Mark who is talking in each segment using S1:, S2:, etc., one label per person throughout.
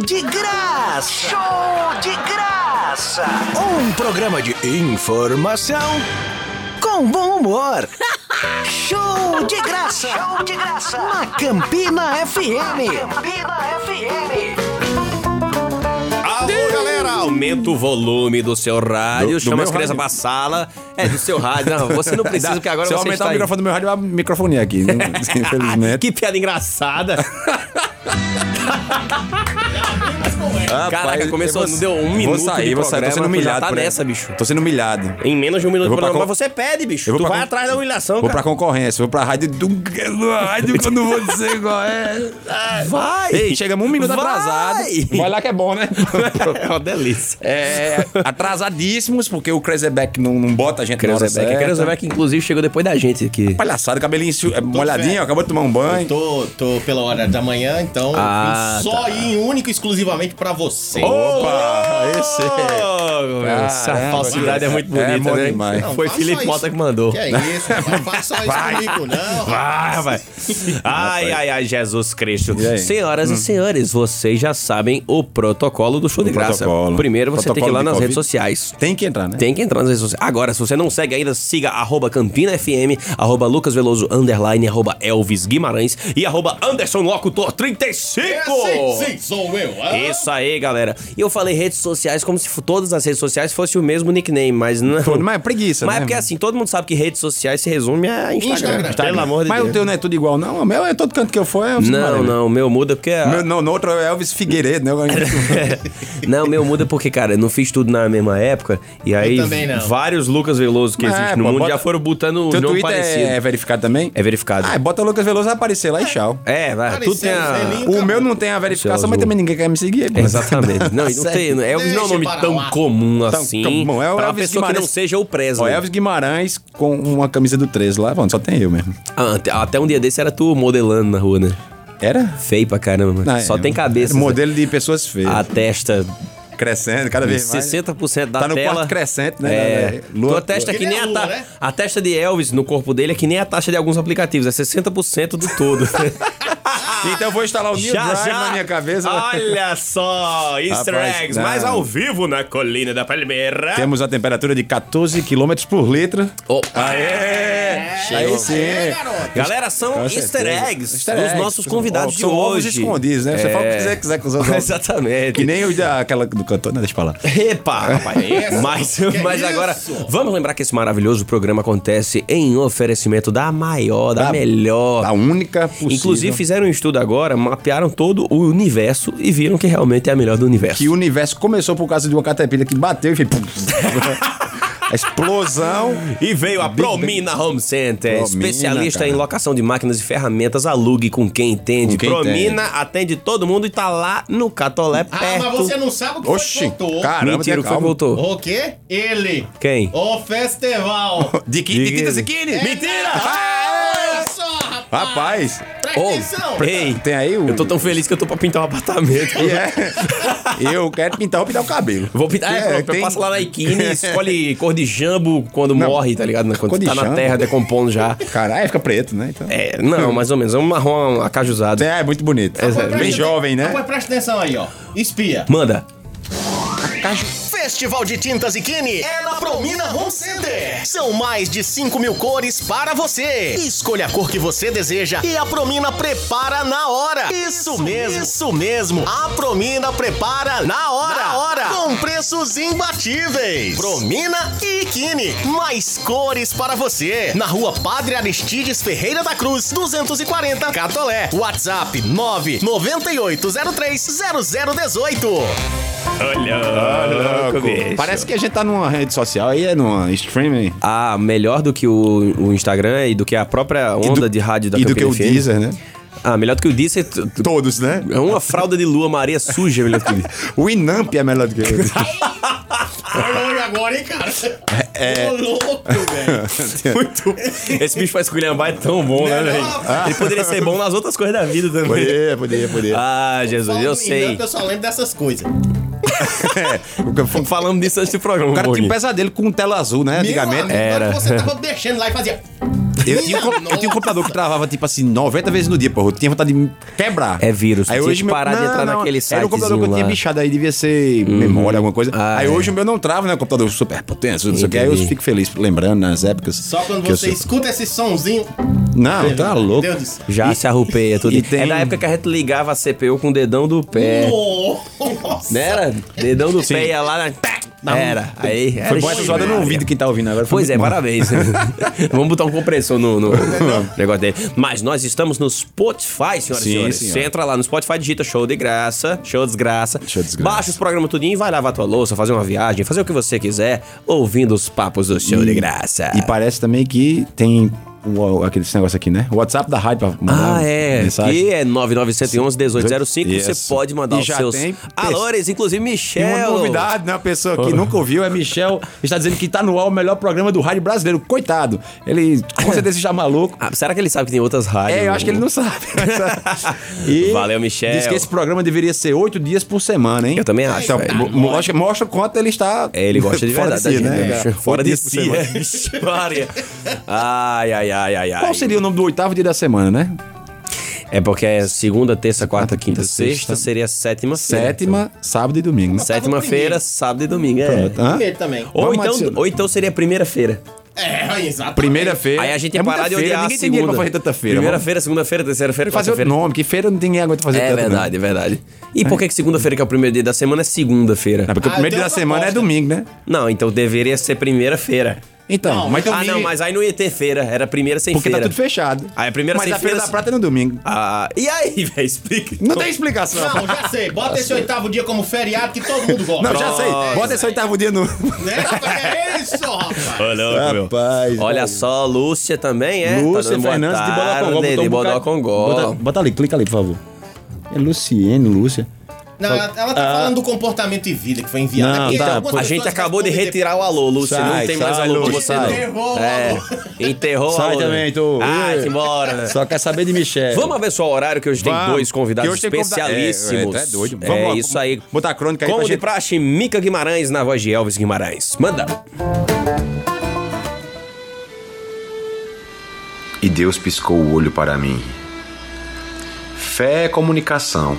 S1: graça! Show de graça!
S2: Um programa de informação com bom humor.
S1: Show de graça! Show de graça!
S2: Na Campina FM.
S1: Campina FM!
S3: Alô, galera! Aumenta o volume do seu rádio,
S4: Do- do
S3: chama
S4: meu
S3: as crianças
S4: rádio?
S3: pra sala. É, do seu rádio. Não, você não precisa, porque agora
S4: Se eu
S3: você
S4: aumentar
S3: está aí.
S4: o tá microfone É. do meu rádio, vai microfonia aqui. Tá né? Infelizmente.
S3: Que piada engraçada. Caraca,
S4: eu
S3: começou,
S4: vou-
S3: não deu um
S4: vou
S3: minuto
S4: sair,
S3: de
S4: vou sair, tô
S3: programa,
S4: sendo humilhado
S3: já tá
S4: por ela.
S3: nessa, bicho.
S4: Tô sendo humilhado.
S3: Em menos de um minuto
S4: Eu
S3: de
S4: vou pra
S3: programa, mas
S4: con-
S3: você pede, bicho.
S4: Eu vou
S3: Tu
S4: pra
S3: vai
S4: con-
S3: atrás da humilhação,
S4: Vou pra
S3: cara.
S4: concorrência, vou pra rádio do do rádio que eu não vou dizer qual é.
S3: Vai!
S4: Ei, chegamos um minuto
S3: Vai!
S4: atrasado. Vai lá que é bom, né?
S3: É uma delícia.
S4: É, atrasadíssimos, porque o Crazy Back não, não bota a gente na hora
S3: Kreuzberg,
S4: certa.
S3: Kreuzberg, inclusive, chegou depois da gente aqui.
S4: Palhaçada, cabelinho ensu- é, molhadinho,
S5: velho.
S4: acabou de tomar um banho.
S5: Eu tô, tô pela hora da manhã, então eu
S3: Ah,
S5: vim só e único e exclusivamente pra você.
S4: Opa! Esse é.
S3: Oh, essa
S4: Caramba,
S3: falsidade é muito bonita,
S4: é bom
S3: né?
S4: demais.
S5: Não,
S3: Foi
S5: faça
S3: Felipe
S5: isso.
S3: Mota que mandou.
S5: Que é isso? Não faça isso comigo, não.
S3: Vai, vai. Ah, Ai, ai, ai, Jesus Cristo.
S4: E aí? Hum.
S3: Senhoras e senhores, vocês já sabem o protocolo do show de graça.
S4: protocolo.
S3: Primeiro você tem que ir lá
S4: Protocolo de
S3: nas
S4: Covid.
S3: redes sociais.
S4: Tem que entrar, né?
S3: Tem que entrar nas redes sociais. Agora, se você não segue ainda, siga arroba Campina FM, arroba Lucas Veloso, underline, arroba Elvis Guimarães e arroba Anderson Locutor 35.
S5: É, sim, sim, sou eu. Ah,
S3: Isso aí, galera. E eu falei redes sociais como se fo- todas as redes sociais fossem o mesmo nickname, mas não.
S4: Mas é preguiça,
S3: Mas
S4: né?
S3: é porque assim, todo mundo sabe que redes sociais se resume a Instagram.
S5: Instagram.
S3: Pelo amor de
S4: Mas o
S3: Deus.
S4: teu não é tudo igual, não. O meu é todo canto que eu for, é o
S3: Não, não, o meu muda porque. a-
S4: Meu, não, no outro é Elvis Figueiredo, né?
S3: não, o meu muda porque, cara, eu não fiz tudo na mesma época. E aí,
S5: também não.
S3: vários Lucas Veloso que
S4: É,
S3: existem no
S4: pô,
S3: mundo
S4: bota-
S3: já foram botando o
S4: Teu
S3: nome
S4: Twitter
S3: parecido.
S4: é, é verificado também?
S3: É verificado.
S4: Ah, um bota o Lucas Veloso vai aparecer lá e tchau.
S3: É, vai, tudo tem a...
S5: Pareceu,
S4: O meu não tem a verificação, mas
S3: azul.
S4: também ninguém quer me seguir.
S3: É, Exatamente. Não, e não
S4: Sério.
S3: tem. Elvis não é um
S5: Deixa
S3: nome
S5: para
S3: tão
S5: lá.
S3: comum
S4: Tão
S3: assim.
S4: comum. É o
S3: pra uma
S4: Elvis
S3: pessoa que não
S4: Guimarães.
S3: seja o
S4: Ó,
S3: Presley.
S4: Elvis Guimarães com uma camisa do 13 lá, mano, só tem eu mesmo.
S3: Ah, até- até um dia desse era tu modelando na rua, né?
S4: Era?
S3: Feio pra caramba.
S4: Ah, é.
S3: Só tem cabeça. né? Ah,
S4: Modelo de pessoas feias.
S3: A testa.
S4: Crescendo cada vez mais.
S3: 60% da
S4: Tá no
S3: tela.
S4: quarto crescente, né?
S3: É.
S4: É. Lua-
S3: Tua testa é que
S5: Que
S3: nem
S5: nem
S3: a,
S5: a lua,
S3: ta-
S5: né?
S3: a testa de Elvis no corpo dele é que nem a taxa de alguns aplicativos. É 60% do todo.
S4: Então eu vou instalar o New Drive na minha cabeça. né?
S3: Olha só, easter
S4: Rapaz,
S3: eggs,
S4: não. um-
S3: mas ao vivo na Colina da Palmeira.
S4: Temos a temperatura de 14 km por litro.
S3: Opa.
S4: Ah,
S3: é.
S4: Aê! Aí sim.
S5: É, garoto.
S3: Galera, são
S4: é. Com
S3: easter
S4: certeza.
S3: eggs
S4: Easter
S3: dos
S4: eggs.
S3: nossos convidados
S4: Ó,
S3: de
S4: são ovos
S3: hoje. É.
S4: escondidos, né? Você fala o que quiser- quiser com os ovos.
S3: Exatamente.
S4: Que nem o daquela do cantor, né? Deixa eu falar.
S3: Epa, rapaz.
S4: É
S5: Isso,
S3: mas
S5: que
S3: mas
S5: isso?
S3: agora, vamos lembrar que esse maravilhoso programa acontece em oferecimento da maior, da,
S4: Da-
S3: melhor.
S4: A única possível.
S3: Inclusive, fizeram um estudo agora, mapearam todo o universo e viram que realmente é a melhor do universo.
S4: que o universo começou por causa de uma catapilha que bateu e fez... pum. a explosão.
S3: E veio a
S4: Big Bang.
S3: Promina Home Center,
S4: Promina,
S3: especialista
S4: cara.
S3: em locação de máquinas e ferramentas. Alugue com quem entende.
S4: Com quem
S3: Promina atende todo mundo e tá lá no Catolé
S5: Ah,
S3: perto.
S5: mas você não sabe o que
S4: Oxi,
S5: foi que voltou.
S4: caramba,
S3: Mentira,
S4: tenha
S3: o que foi que
S4: calma. Oh,
S3: voltou?
S5: O quê? Ele.
S3: Quem?
S5: O festival.
S4: De que? De Tita Ziquini?
S5: É,
S3: Mentira!
S5: não, Olha só, rapaz.
S4: Rapaz.
S5: Presta atenção.
S3: Oh, ei,
S4: Tem aí o...
S3: eu tô tão feliz que eu tô pra pintar um apartamento.
S4: E é- Eu quero pintar, vou pintar o cabelo.
S3: Vou pintar, é,
S4: É,
S3: pronto, eu
S4: tem-
S3: passo lá na Ikine, escolhe cor de jambo quando
S4: Não.
S3: morre, tá ligado? Quando
S4: Cor de
S3: tá na
S4: jambo?
S3: terra decompondo já.
S4: Caralho, fica preto, né? Então...
S3: É, não, mais ou menos, é um marrom acajuzado.
S4: É, é muito bonito.
S5: Agora
S4: Bem
S5: presta-
S4: jovem, né?
S5: Agora presta atenção aí, ó. Espia.
S3: Manda.
S1: Festival de Tintas e Kine é na Promina Home Center. São mais de 5 mil cores para você. Escolha a cor que você deseja e a Promina prepara na hora. Isso mesmo, isso mesmo. A Promina prepara na hora. Na hora. Com preços imbatíveis. Promina e Kine. Mais cores para você. Na rua Padre Aristides Ferreira da Cruz, 240 Catolé. WhatsApp 998030018.
S4: Louco. Parece que a gente tá numa rede social aí, é numa streaming.
S3: Ah, melhor do que o, o Instagram e do que a própria onda de rádio da
S4: E do
S3: Campina
S4: que o
S3: FM.
S4: Deezer, né?
S3: Ah, melhor do que o Deezer. tu- tu-
S4: Todos, né?
S3: É uma fralda de lua Maria suja, melhor do que o Deezer.
S4: O Inamp é melhor do que o Deezer.
S5: Olha longe agora, hein, cara? É. Ô, louco, velho.
S3: Muito. Esse bicho faz esculhambar é tão bom, né,
S5: Não,
S3: velho?
S5: não.
S3: Ele poderia ser bom nas outras coisas da vida também.
S4: Poderia, poderia, poderia.
S3: Ah, Jesus, eu
S5: Falando em
S3: sei.
S5: Dump, Eu só um lembro dessas coisas.
S4: O cara- o
S3: Falamos disso antes do programa,
S4: cara tinha
S3: Borghi.
S4: um pesadelo com tela azul, né?
S5: Meu
S4: Antigamente.
S5: amigo, na hora que Você tava mexendo lá e fazia.
S4: Eu tinha, um com- eu tinha um computador que travava, tipo assim, 90 vezes no dia, porra. Eu tinha vontade de me quebrar.
S3: É vírus,
S4: Aí
S3: tinha
S4: hoje
S3: que
S4: meu-
S3: parar de entrar naquele
S4: Era um computador que eu
S3: sitezinho
S4: tinha
S3: lá. Uhum.
S4: bichado, aí devia ser memória, alguma coisa.
S3: Ah,
S4: aí
S3: é.
S4: hoje o meu não trava, né? O computador super potente, não sei o que. Aí eu
S3: Entendi.
S4: fico feliz lembrando nas épocas.
S5: Só quando
S4: que eu
S5: você
S4: sei-
S5: escuta esse sonzinho.
S4: Não, tá louco.
S5: Deus do céu.
S3: Já
S4: E-
S3: se arrupeia tudo.
S4: e tem-
S3: É da época que a gente ligava a CPU com o dedão do pé.
S5: Nossa.
S3: Não
S4: Né?
S3: era? Dedão do pé ia lá. né? Pá! Era. Aí.
S4: Foi bom essa zoada no ouvido quem tá ouvindo agora. foi
S3: Pois é,
S4: muito bom.
S3: parabéns. Vamos botar um compressor no, no- no negócio dele. Mas nós estamos no Spotify, senhoras
S4: Sim,
S3: e senhores.
S4: senhora.
S3: Você entra lá no Spotify, digita show de graça, show desgraça.
S4: Show desgraça.
S3: Baixa os programas tudinho e vai lavar tua louça, fazer uma viagem, fazer o que você quiser, ouvindo os papos do show de graça.
S4: E parece também que tem o- aquele negócio aqui, né? O WhatsApp da rádio pra mandar
S3: Ah, é.
S4: Né? mensagem.
S3: Que é 9911 1805.
S4: Isso.
S3: Você pode mandar
S4: E
S3: os
S4: já
S3: seus
S4: tem
S3: alores, inclusive
S4: E uma
S3: Michel.
S4: novidade, né? Uma pessoa que nunca ouviu é Michel. Está dizendo que tá no ar o melhor programa do rádio brasileiro. Coitado. Ele com certeza já é maluco.
S3: Ah, será que ele sabe que tem outras rádios?
S4: É, eu acho que ele não sabe. E
S3: Valeu, Michel.
S4: Diz que esse programa deveria ser oito dias por semana, hein?
S3: Eu também acho,
S4: Então,
S3: velho.
S4: mo- mostra, mostra o quanto ele está.
S3: É, ele gosta de
S4: fora
S3: verdade. da
S4: si,
S3: gente, né, bicho?
S4: Oito
S3: Fora de
S4: dias por
S3: si.
S4: semana.
S3: É, história. Ai, ai, ai, ai, ai.
S4: Qual seria o nome do oitavo dia da semana, né?
S3: É porque é segunda, terça, quarta, quinta,
S4: Ah, quinta,
S3: sexta,
S4: sexta.
S3: seria sétima
S4: Sétima, sábado e domingo, né?
S3: Sétima-feira, sábado e domingo. É.
S4: Pronto. tá. Hã?
S5: Primeiro também.
S3: Ou,
S4: Vamos
S3: então,
S4: adicionar.
S3: ou então seria primeira-feira.
S5: É, exato.
S4: Primeira-feira.
S3: Aí a gente ia
S4: é muita
S3: parar de
S4: feira,
S3: odiar
S4: Ninguém
S3: a
S4: tem dinheiro
S3: segunda.
S4: pra fazer tanta feira. Vamos
S3: Primeira-feira, segunda-feira, terceira-feira,
S4: fazer outro
S3: quarta-feira.
S4: nome, que feira não tem ninguém aguenta fazer
S3: É
S4: tanto, não.
S3: verdade, é verdade. E por que, que segunda-feira, que é o primeiro dia da semana, é segunda-feira?
S4: É porque o
S5: Ah, eu
S4: primeiro
S5: tenho
S4: dia da
S5: uma
S4: semana é
S5: proposta.
S4: domingo, né?
S3: Não, então deveria ser primeira-feira.
S4: Então,
S5: Não,
S4: mas
S3: Ah,
S4: domingo.
S3: não, mas aí não ia ter feira. Era primeira sem
S4: Porque
S3: feira.
S4: tá tudo fechado.
S3: Ah, é primeira
S4: Mas a
S3: sem-feira
S4: Feira
S3: se-
S4: da Prata é no domingo.
S3: Ah, e aí, velho, explica.
S4: Não tem explicação.
S5: Não, já sei. Bota esse oitavo dia como feriado que todo mundo gosta.
S4: Não, já sei. Bota esse oitavo dia no.
S5: Né? É isso, rapaz.
S3: Ô, louco, meu.
S4: Rapaz.
S3: Olha só, Lúcia também, é?
S4: Ah, Lúcia
S3: dando boa
S4: Fernandes de
S3: tarde,
S4: Bodocongó. botou
S3: De
S4: um bocado-
S3: Bodocongó.
S4: Bota, bota ali, clica ali, por favor. É Luciene, Lúcia.
S5: Não, ela ela tá falando do comportamento e vida que foi enviado.
S4: Ah. Não,
S5: Aqui,
S4: tá,
S5: algumas
S4: pô.
S3: Então, A
S5: pessoas
S3: gente acabou de
S5: respondem
S3: retirar o alô, Lúcia. não
S4: Sai,
S3: tem mais
S4: sai,
S3: alô com
S4: Lúcia,
S3: você,
S4: sai.
S5: Enterrou
S3: não.
S5: o
S3: É, enterrou o
S4: Sai
S3: alô.
S4: também, tô.
S3: Ah,
S4: Ei.
S3: embora, né?
S4: Só quer saber de Michel.
S3: Vamos abençoar o horário que hoje tem
S4: Vamos,
S3: dois convidados
S4: que hoje tem convidado-
S3: especialíssimos.
S4: É, é, tu é doido.
S3: É
S4: Vamos lá,
S3: isso aí.
S4: botar a crônica aí
S3: Como
S4: pra
S3: de
S4: gente-
S3: praxe, Mica Guimarães na voz de Elvis Guimarães. Manda.
S6: E Deus piscou o olho para mim. Fé é comunicação.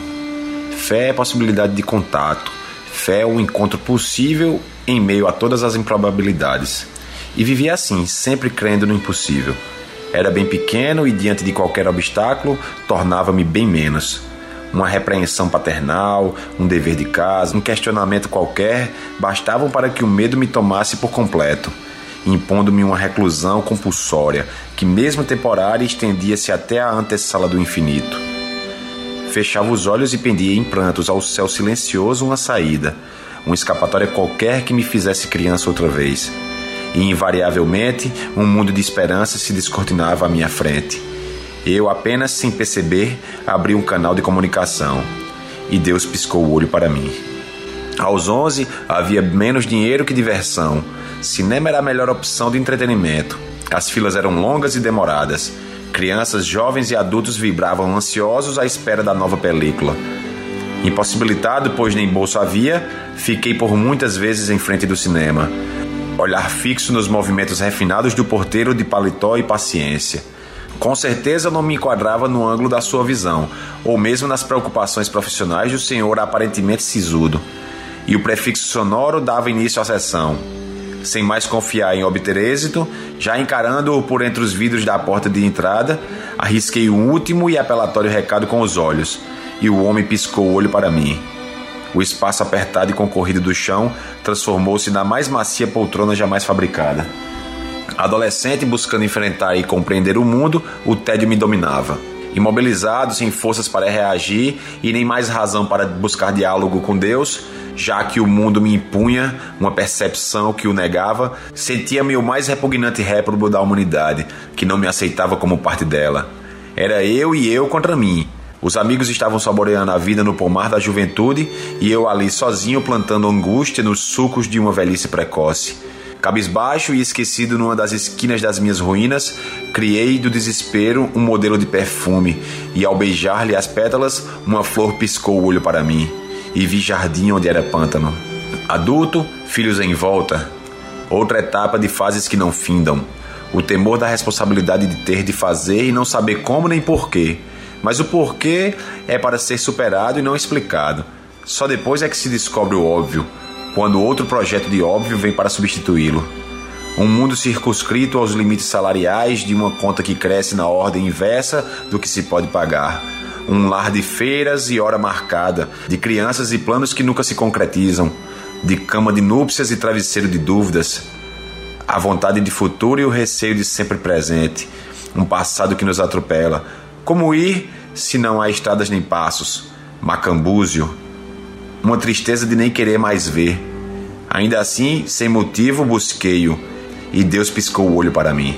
S6: Fé é possibilidade de contato. Fé é um encontro possível em meio a todas as improbabilidades. E vivi assim, sempre crendo no impossível. Era bem pequeno e, diante de qualquer obstáculo, tornava-me bem menos. Uma repreensão paternal, um dever de casa, um questionamento qualquer bastavam para que o medo me tomasse por completo impondo-me uma reclusão compulsória que, mesmo temporária, estendia-se até a antessala do infinito. Fechava os olhos e pendia em prantos ao céu silencioso uma saída, uma escapatória qualquer que me fizesse criança outra vez. E, invariavelmente, um mundo de esperança se descortinava à minha frente. Eu, apenas sem perceber, abri um canal de comunicação. E Deus piscou o olho para mim. Aos 11, havia menos dinheiro que diversão. Cinema era a melhor opção de entretenimento. As filas eram longas e demoradas. Crianças, jovens e adultos vibravam ansiosos à espera da nova película. Impossibilitado, pois nem bolso havia, fiquei por muitas vezes em frente do cinema. Olhar fixo nos movimentos refinados do porteiro de paletó e paciência. Com certeza não me enquadrava no ângulo da sua visão, ou mesmo nas preocupações profissionais do senhor aparentemente sisudo. E o prefixo sonoro dava início à sessão. Sem mais confiar em obter êxito, já encarando-o por entre os vidros da porta de entrada, arrisquei um último e apelatório recado com os olhos, e o homem piscou o olho para mim. O espaço apertado e concorrido do chão transformou-se na mais macia poltrona jamais fabricada. Adolescente buscando enfrentar e compreender o mundo, o tédio me dominava. Imobilizado, sem forças para reagir e nem mais razão para buscar diálogo com Deus, já que o mundo me impunha uma percepção que o negava, sentia-me o mais repugnante réprobo da humanidade, que não me aceitava como parte dela. Era eu e eu contra mim. Os amigos estavam saboreando a vida no pomar da juventude e eu ali sozinho plantando angústia nos sucos de uma velhice precoce. Cabisbaixo e esquecido numa das esquinas das minhas ruínas, criei do desespero um modelo de perfume, e ao beijar-lhe as pétalas, uma flor piscou o olho para mim, e vi jardim onde era pântano. Adulto, filhos em volta. Outra etapa de fases que não findam. O temor da responsabilidade de ter de fazer e não saber como nem porquê. Mas o porquê é para ser superado e não explicado. Só depois é que se descobre o óbvio, quando outro projeto de óbvio vem para substituí-lo. Um mundo circunscrito aos limites salariais de uma conta que cresce na ordem inversa do que se pode pagar. Um lar de feiras e hora marcada, de crianças e planos que nunca se concretizam, de cama de núpcias e travesseiro de dúvidas. A vontade de futuro e o receio de sempre presente. Um passado que nos atropela. Como ir se não há estradas nem passos? Macambúzio. Uma tristeza de nem querer mais ver. Ainda assim, sem motivo, busquei-o e Deus piscou o olho para mim.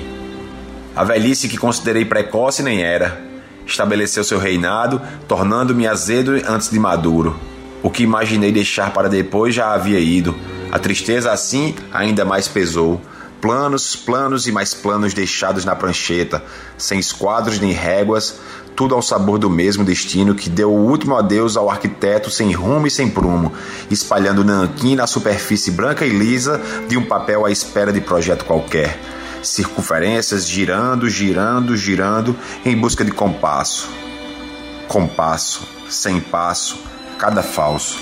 S6: A velhice que considerei precoce nem era. Estabeleceu seu reinado, tornando-me azedo antes de maduro. O que imaginei deixar para depois já havia ido. A tristeza, assim, ainda mais pesou. Planos, planos e mais planos deixados na prancheta, sem esquadros nem réguas, tudo ao sabor do mesmo destino que deu o último adeus ao arquiteto sem rumo e sem prumo, espalhando nanquim na superfície branca e lisa de um papel à espera de projeto qualquer. Circunferências girando, girando, girando em busca de compasso. Compasso, sem passo, cada falso.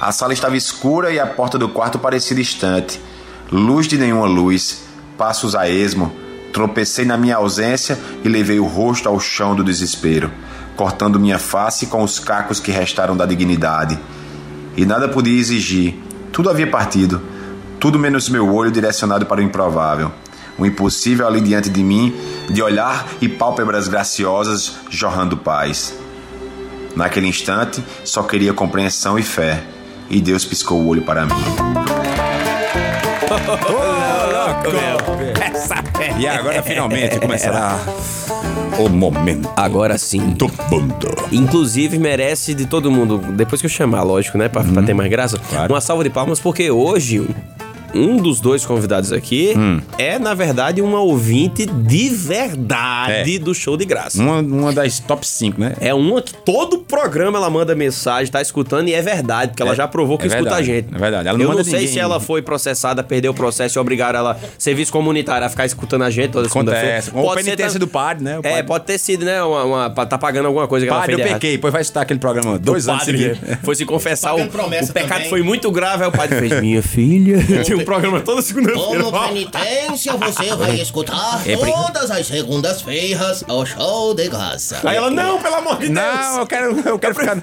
S6: A sala estava escura e a porta do quarto parecia distante. Luz de nenhuma luz, passos a esmo, Tropecei na minha ausência e levei o rosto ao chão do desespero, cortando minha face com os cacos que restaram da dignidade. E nada podia exigir, tudo havia partido, tudo menos meu olho direcionado para o improvável. O impossível ali diante de mim, de olhar e pálpebras graciosas jorrando paz. Naquele instante, só queria compreensão e fé, e Deus piscou o olho para mim.
S3: Essa
S4: E agora finalmente começará o momento
S3: Agora sim.
S4: do mundo.
S3: Inclusive, merece de todo mundo, depois que eu chamar, lógico, né? Pra,
S4: Uhum.
S3: pra ter mais graça, uma salva de palmas, porque hoje. Um dos dois convidados aqui
S4: Hum.
S3: é, na verdade, uma ouvinte de verdade
S4: É.
S3: do show de graça.
S4: Uma, uma das top 5, né?
S3: É uma que todo programa ela manda mensagem, tá escutando e é verdade, porque ela
S4: É,
S3: já provou que
S4: é
S3: escuta a
S4: verdade,
S3: gente.
S4: é verdade. Ela não
S3: Eu
S4: manda
S3: não sei
S4: ninguém.
S3: se ela foi processada, perdeu o processo e obrigaram ela, serviço comunitário, a ficar escutando a gente toda segunda-feira.
S4: Acontece. Com a
S3: Pode ser
S4: penitência
S3: tam-
S4: do padre, né? O
S3: É,
S4: padre-
S3: pode ter sido, né? Uma, uma- pra tá pagando alguma coisa que ela
S4: Padre, eu
S3: fez de errado.
S4: pequei. Pois vai estar aquele programa dois anos
S3: padre
S4: seguidos.
S3: foi se confessar, o,
S5: Pagando promessa
S3: o pecado
S5: também.
S3: foi muito grave, aí o padre fez, minha filha, tem um programa toda segunda-feira.
S5: Como penitência, você vai escutar
S3: É, brin-
S5: todas as segundas-feiras ao show de graça.
S3: Aí ela, não, pelo amor de Deus.
S4: Não, eu quero, eu quero ficar...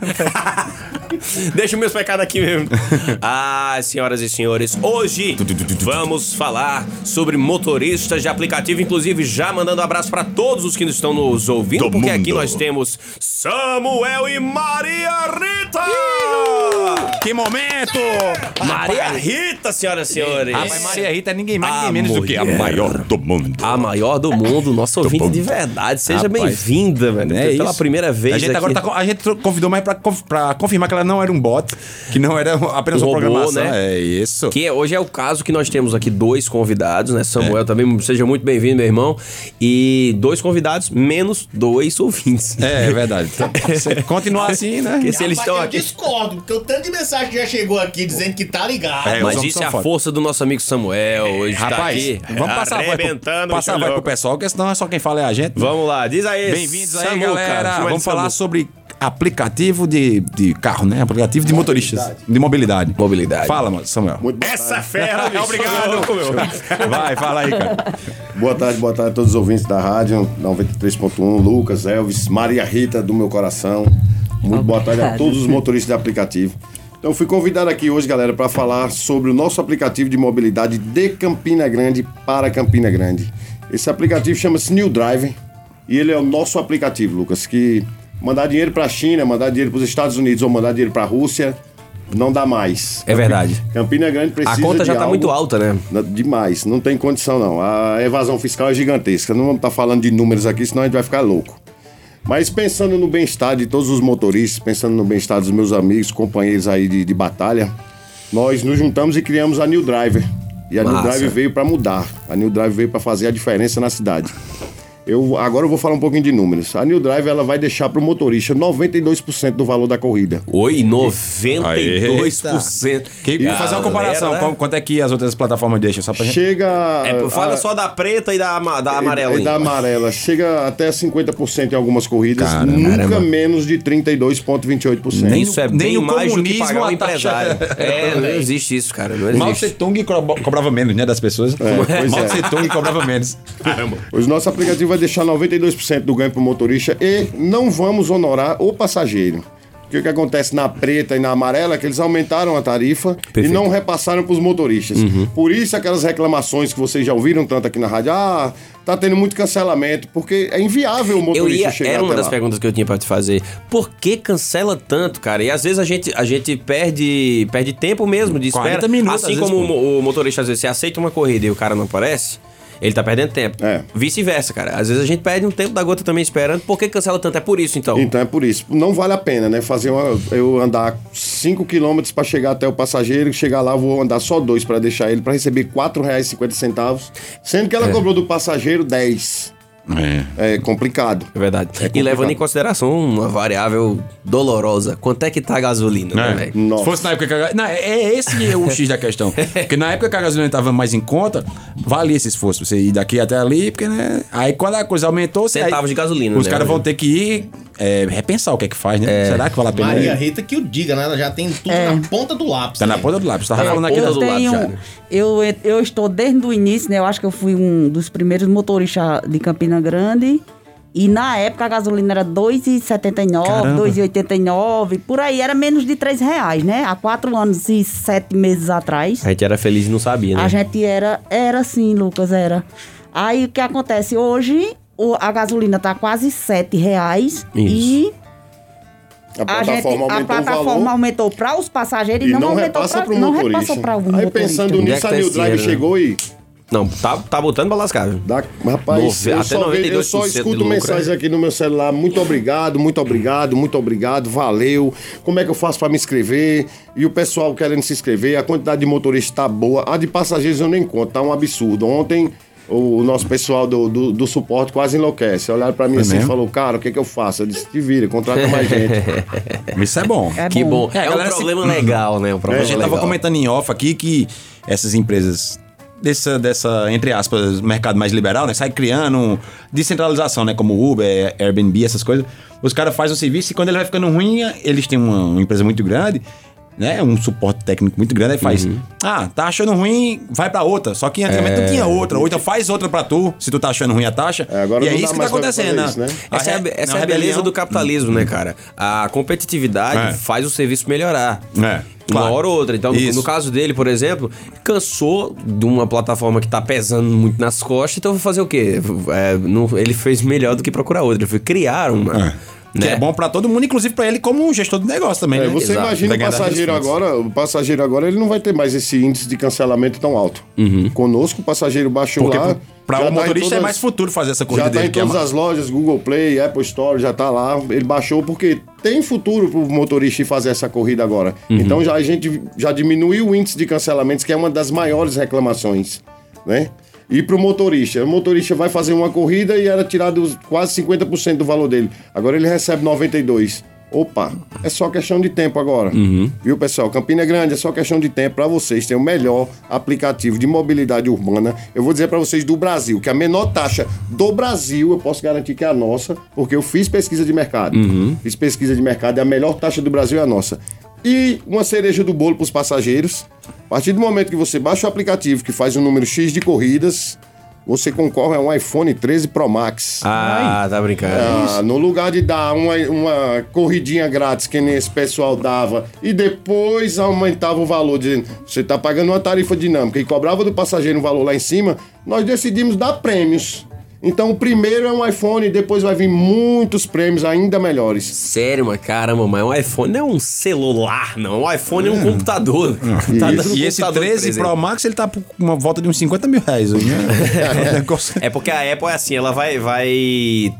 S3: Deixa meus pecados aqui mesmo. ah, senhoras e senhores, hoje vamos falar sobre motoristas de aplicativo, inclusive já mandando um abraço pra todos os que estão nos ouvindo, porque aqui nós temos Samuel e Maria Rita!
S4: que momento!
S3: Maria Rita, senhoras e senhores!
S4: Rapaz, Maria Rita é ninguém mais,
S3: A
S4: ninguém menos do que a
S3: mulher.
S4: maior do mundo.
S3: A maior do mundo, nossa ouvinte de verdade. Seja
S4: Rapaz,
S3: bem-vinda, velho.
S4: É
S3: Pela
S4: isso.
S3: primeira vez
S4: A gente,
S3: aqui.
S4: agora tá, co- a gente convidou mais pra, conf- pra confirmar que ela não era um bot, que não era apenas
S3: Um
S4: uma
S3: robô,
S4: programação.
S3: né?
S4: É isso.
S3: Que hoje é o caso que nós temos aqui dois convidados, né?
S4: É.
S3: Samuel também, seja muito bem-vindo, meu irmão. E dois convidados, menos dois ouvintes.
S4: É, é verdade. Então, se continuar assim, né?
S3: Porque se eles
S5: Rapaz,
S3: estão
S5: eu
S3: aqui.
S5: discordo, porque o tanto de mensagem que já chegou aqui dizendo que tá ligado.
S4: É, os
S3: Mas
S4: homens
S3: isso
S4: são
S3: é a
S4: foda.
S3: força do nosso amigo Samuel. Hoje tá
S4: Rapaz,
S3: aqui.
S4: vamos passar a voz pro,
S3: arrebentando,
S4: passar a
S3: bicho
S4: voz pro
S3: louco.
S4: pessoal, porque senão é só quem fala é a gente.
S3: Vamos lá, diz aí.
S4: Bem-vindos aí,
S3: Samuca.
S4: galera.
S3: Chama ele
S4: Vamos
S3: de
S4: falar
S3: Samuca.
S4: sobre aplicativo de, de carro, né? Aplicativo de motoristas. De mobilidade.
S3: Mobilidade.
S4: Fala, mano, Samuel.
S3: Essa fera, bicho. Obrigado,
S4: Vai, fala aí, cara.
S7: Boa tarde, boa tarde a todos os ouvintes da rádio 93.1, Lucas, Elvis, Maria Rita do meu coração. Muito boa tarde a todos os motoristas de aplicativo. Então fui convidado aqui hoje, galera, para falar sobre o nosso aplicativo de mobilidade de Campina Grande para Campina Grande. Esse aplicativo chama-se New Drive e ele é o nosso aplicativo, Lucas, que mandar dinheiro para a China, mandar dinheiro para os Estados Unidos ou mandar dinheiro para a Rússia não dá mais.
S3: É verdade.
S7: Campina Grande precisa
S3: A conta
S7: de
S3: já tá
S7: algo-
S3: muito alta, né?
S7: na- Demais, não tem condição não. A evasão fiscal é gigantesca. Não vamos estar falando de números aqui, senão a gente vai ficar louco. Mas pensando no bem-estar de todos os motoristas, pensando no bem-estar dos meus amigos, companheiros aí de, de batalha, nós nos juntamos e criamos a New Driver. E a
S3: Massa.
S7: New Driver veio para mudar. A New Driver veio para fazer a diferença na cidade. Eu, agora eu vou falar um pouquinho de números. A New Drive ela vai deixar para o motorista 92% do valor da corrida.
S3: Oi, 92%.
S4: Que, fazer uma comparação.
S3: Galera. né?
S4: qual- Quanto é que as outras plataformas deixam? Só pra gente.
S7: Chega.
S3: É, pô, fala
S7: a-
S3: só da preta e da, ama- da amarela.
S7: E
S3: hein?
S7: É da amarela. Chega até 50% em algumas corridas,
S4: Cara,
S7: nunca
S4: caramba.
S7: menos de 32,28%.
S4: Nem
S3: Isso é
S4: Nem
S3: bem
S4: o
S3: mais do que
S4: comunismo
S3: pagar o
S4: a taxa-
S3: empresário. É, não existe isso, cara. Não
S4: Mao
S3: existe.
S4: Tse Tung cobra- cobrava menos, né? Das pessoas.
S7: pois
S4: Mao
S7: é.
S4: Tse Tung cobrava menos.
S7: O nosso aplicativo vai deixar 92% do ganho para o motorista e não vamos honorar o passageiro. Porque o que acontece na preta e na amarela é que eles aumentaram a tarifa e não repassaram para os motoristas.
S3: Uhum.
S7: Por isso, aquelas reclamações que vocês já ouviram tanto aqui na rádio, ah, tá tendo muito cancelamento, porque é inviável o
S3: Eu
S7: motorista
S3: ia,
S7: chegar
S3: era
S7: até
S3: uma das
S7: lá.
S3: perguntas que eu tinha pra te fazer. Por que cancela tanto, cara? E às vezes a gente, a gente perde, perde tempo mesmo de espera.
S4: 40 minutos,
S3: assim
S4: às vezes,
S3: como o mo- o motorista às vezes você aceita uma corrida e o cara não aparece, ele tá perdendo tempo.
S7: É.
S3: Vice-versa, cara. Às vezes a gente perde um tempo da gota também esperando. Por que cancela tanto? É por isso, então.
S7: Então é por isso. Não vale a pena, né? Fazer uma, eu andar 5 km para chegar até o passageiro, chegar lá, eu vou andar só dois para deixar ele, para receber R$ 4,50, sendo que ela
S3: É.
S7: cobrou do passageiro 10. É. complicado.
S3: É verdade. e levando em consideração uma variável dolorosa. Quanto é que tá a gasolina, né, velho?
S7: Nossa.
S4: Se fosse na época que a gasolina. É esse que é o X da questão. Porque na época que a gasolina estava mais em conta, valia esse esforço. Você ir daqui até ali, porque, né? Aí quando a coisa aumentou, você.
S3: Centavos de
S4: aí-
S3: gasolina,
S4: Os
S3: né,
S4: caras
S3: hoje?
S4: vão ter que ir é, repensar o que é que faz, né? Será que vale a pena?
S3: É.
S5: Maria Rita que o diga, né? Ela já tem tudo
S8: É.
S5: na ponta do lápis.
S4: Tá na
S5: né?
S4: ponta do lápis. Tava falando aqui.
S3: ponta
S4: né?
S3: do
S8: Eu
S3: lado
S8: tenho.
S3: já, né?
S8: eu, eu estou desde o início, né? Eu acho que eu fui um dos primeiros motoristas de Campina Grande. E na época a gasolina era 2,79,
S4: Caramba.
S8: 2,89, por aí era menos de 3 reais, né? Há quatro anos e sete meses atrás.
S3: A gente era feliz e não sabia, É, né?
S8: A gente era, era sim, Lucas, era. Aí o que acontece? Hoje o- a gasolina tá quase 7 reais
S3: Isso.
S8: e
S7: A
S8: a, gente,
S7: plataforma
S8: a
S7: aumentou o
S8: plataforma
S7: valor.
S8: aumentou para os passageiros e,
S7: E não
S8: aumentou
S7: repassa
S8: pra-
S7: para o
S8: não
S7: motorista.
S8: repassou pra o
S7: Aí
S8: motorista.
S3: Onde
S7: pensando
S3: é que
S7: nisso,
S3: tá
S7: a New
S3: esse
S7: Drive
S3: dinheiro, né?
S7: chegou e.
S3: Não, tá, tá botando pra lascar, viu?
S7: Dá, rapaz,
S3: Nove-
S7: eu,
S3: até
S7: só ve- eu só
S3: 92% de
S7: escuto
S3: lucro,
S4: né?
S7: mensagem aqui no meu celular. Muito obrigado, muito obrigado, muito obrigado, valeu. Como é que eu faço pra me inscrever? E o pessoal querendo se inscrever, a quantidade de motoristas tá boa. A de passageiros eu nem conto, tá um absurdo. Ontem. O o nosso pessoal do, do, do suporte quase enlouquece. Olharam pra mim
S4: É
S7: assim e falou, cara, o que, que eu faço? Eu disse, te vira, contrata mais gente.
S4: Isso é bom.
S8: É
S3: Que bom.
S8: bom.
S3: É,
S4: É,
S3: um
S4: galera, se-
S3: problema legal, né? Um
S4: É, A
S3: problema
S4: gente
S3: legal.
S4: tava comentando em off aqui que essas empresas dessa, dessa entre aspas, mercado mais liberal, né? Sai criando um- descentralização, né? Como Uber, Airbnb, essas coisas. Os caras fazem um serviço e quando ele vai ficando ruim, eles têm uma, uma empresa muito grande, né? Um suporte técnico muito grande, aí faz.
S7: Uhum.
S4: Ah, tá achando ruim, vai pra outra. Só que antigamente não tinha outra. Ou então faz outra pra tu, se tu tá achando ruim a taxa.
S7: É, agora
S4: e é
S7: não dá
S4: isso que tá
S7: mais pra fazer
S4: acontecendo.
S7: isso, né?
S4: A
S3: Essa é a,
S4: re-
S3: essa
S4: na
S3: é a beleza
S4: rebelião-
S3: do capitalismo, né, cara? A competitividade
S4: É.
S3: faz o serviço melhorar.
S4: É,
S3: Uma
S4: claro.
S3: hora ou outra. Então, no,
S4: Isso.
S3: no caso dele, por exemplo, cansou de uma plataforma que tá pesando muito nas costas, então vou fazer o quê? É, não- ele fez melhor do que procurar outra. Ele foi criar uma.
S4: É. Que
S3: Né?
S4: é bom pra todo mundo, inclusive pra ele como um gestor do negócio também,
S7: É,
S4: né?
S7: você
S3: Exato.
S7: imagina
S4: Vai
S7: o
S4: ganhar
S7: passageiro
S4: das
S7: agora, o passageiro agora ele não vai ter mais esse índice de cancelamento tão alto. Conosco, o passageiro baixou
S4: Uhum. Porque
S7: lá.
S4: para
S7: já
S4: o
S7: tá em
S4: motorista é
S7: todas-
S4: mais futuro fazer essa corrida
S7: Já tá
S4: dele. é
S7: em todas as lojas, Google Play, Apple Store, já tá lá. Ele baixou porque tem futuro pro motorista ir fazer essa corrida agora.
S4: Uhum.
S7: Então já a gente já diminuiu o índice de cancelamentos, que é uma das maiores reclamações, né? E pro motorista. O motorista vai fazer uma corrida e era tirado os quase 50% do valor dele. Agora ele recebe 92. Opa, é só questão de tempo agora. Viu, pessoal? Campina Grande é só questão de tempo para vocês terem o melhor aplicativo de mobilidade urbana. Eu vou dizer para vocês do Brasil, que é a menor taxa do Brasil, eu posso garantir que é a nossa, porque eu fiz pesquisa de mercado. Fiz pesquisa de mercado, e a melhor taxa do Brasil é a nossa. E uma cereja do bolo para os passageiros. A partir do momento que você baixa o aplicativo que faz um número X de corridas, você concorre a um iPhone 13 Pro Max.
S3: Ah, tá brincando.
S7: Ah, no lugar de dar uma, uma corridinha grátis que nem esse pessoal dava e depois aumentava o valor, dizendo você tá pagando uma tarifa dinâmica e cobrava do passageiro um valor lá em cima, nós decidimos dar prêmios. Então o primeiro é um iPhone e depois vai vir muitos prêmios ainda melhores.
S3: Sério, mas caramba, mas um iPhone não é um celular, não. Um iPhone é um computador. Tá dando um
S4: E esse
S3: computador de
S4: 13
S3: presente.
S4: Pro Max, ele tá por uma volta de uns 50 mil reais hoje, né? É um negócio-
S3: É porque a Apple é assim, ela vai, vai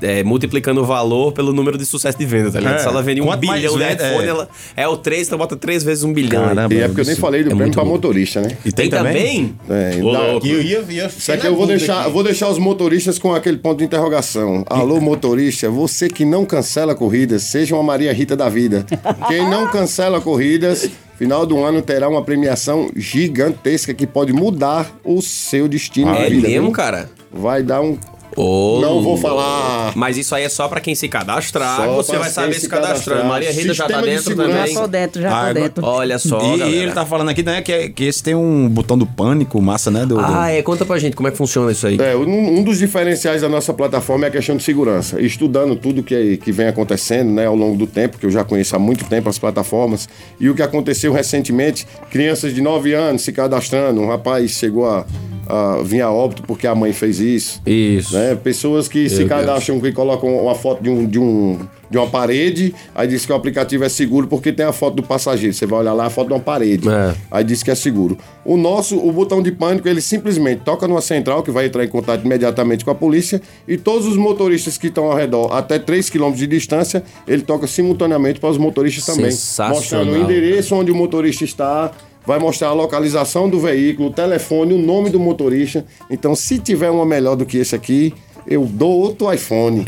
S3: é, multiplicando o valor pelo número de sucesso de venda, tá ligado?
S4: É.
S3: Se ela vende um
S4: Quanto mais
S3: bilhão de
S4: vende,
S3: iPhone,
S4: é.
S3: ela é o 3, então bota 3 vezes um bilhão.
S4: Caramba.
S7: E é porque eu nem
S4: isso
S7: falei do prêmio para motorista, né?
S4: E
S3: Tem também?
S7: É,
S3: Ô,
S7: dá-
S3: louco.
S5: E eu ia, ia
S7: Isso aqui eu vou deixar, eu vou deixar os motoristas com com aquele ponto de interrogação. Alô, motorista, você que não cancela corridas, seja uma Maria Rita da vida. Quem não cancela corridas, final do ano terá uma premiação gigantesca que pode mudar o seu destino
S3: É
S7: de vida.
S3: mesmo,
S7: viu?
S3: cara?
S7: Vai dar um.
S3: Ô,
S7: Não vou falar.
S3: Mas isso aí é só pra quem se cadastrar.
S7: Só
S3: você
S7: pra
S3: vai
S7: quem
S3: saber
S7: se
S3: se cadastrar.
S7: cadastrar.
S3: Maria Rita já tá
S7: Sistema de
S3: dentro
S7: segurança.
S8: Já
S3: também. é
S8: tô dentro, já
S4: Ah,
S8: tô dentro.
S3: Olha só,
S4: e,
S3: galera.
S4: e ele tá falando aqui, né, que, é- que esse tem um botão do pânico, massa, né? Do, do-
S3: Ah, é. Conta pra gente como é que funciona isso aí.
S7: É, um, um dos diferenciais da nossa plataforma é a questão de segurança. Estudando tudo que, que vem acontecendo né, ao longo do tempo, que eu já conheço há muito tempo as plataformas, e o que aconteceu recentemente, crianças de 9 anos se cadastrando, um rapaz chegou a, a vir a óbito porque a mãe fez isso.
S3: Isso.
S7: né? Pessoas que se cadastram, que colocam uma foto de, um, de, um, de uma parede, aí diz que o aplicativo é seguro porque tem a foto do passageiro. Você vai olhar lá a foto de uma parede.
S3: É.
S7: Aí diz que é seguro. O nosso, o botão de pânico, ele simplesmente toca numa central que vai entrar em contato imediatamente com a polícia e todos os motoristas que estão ao redor, até 3 km de distância, ele toca simultaneamente para os motoristas também.
S3: Sensacional,
S7: Mostrando o endereço onde o motorista está, vai mostrar a localização do veículo, o telefone, o nome do motorista. Então, se tiver uma melhor do que esse aqui, eu dou outro iPhone.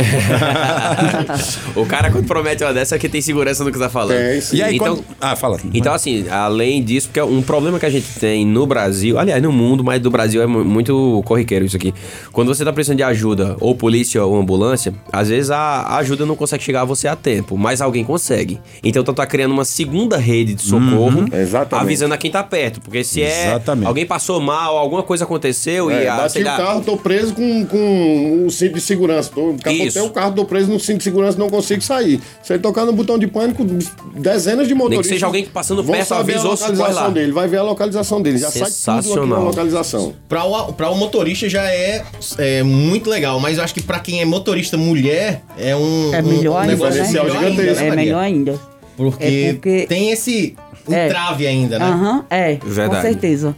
S3: o cara, quando promete uma dessa, é que tem segurança no que tá falando.
S7: Tem, sim.
S4: E aí,
S3: então,
S4: quando... Ah, fala.
S3: Então, assim, além disso, porque um problema que a gente tem no Brasil, aliás, no mundo, mas do Brasil é mu- muito corriqueiro isso aqui. Quando você tá precisando de ajuda, ou polícia ou ambulância, às vezes a ajuda não consegue chegar a você a tempo, mas alguém consegue. Então, tu tá criando uma segunda rede de socorro,
S7: Exatamente.
S3: avisando a quem tá perto. Porque se
S4: Exatamente.
S3: é alguém passou mal, alguma coisa aconteceu e
S7: É,
S3: a,
S7: bati
S3: sei
S7: o
S3: lá,
S7: carro, tô preso com, com o cinto de segurança. Tô,
S3: Isso.
S7: capotei o carro, tô preso no cinto de segurança, não consigo sair. Se ele tocar no botão de pânico, dezenas de motoristas.
S3: seja alguém que passando
S7: vão
S3: perto,
S7: saber
S3: avisa,
S7: a
S3: ou socorre
S7: localização
S3: lá.
S7: dele, vai ver a localização dele. Já sai tudo aqui na
S3: Sensacional.
S7: localização.
S1: Pra o, pra o motorista já é, é muito legal, mas eu acho que pra quem é motorista mulher é um,
S8: É
S1: um-
S8: melhor
S1: um
S8: ainda,
S7: né?
S1: ainda,
S7: Gigantesco.
S1: Maria?
S8: É melhor ainda.
S1: Porque,
S8: É porque-
S1: tem esse
S8: É.
S1: entrave ainda, né?
S8: Aham, é.
S3: Verdade.
S8: Com certeza.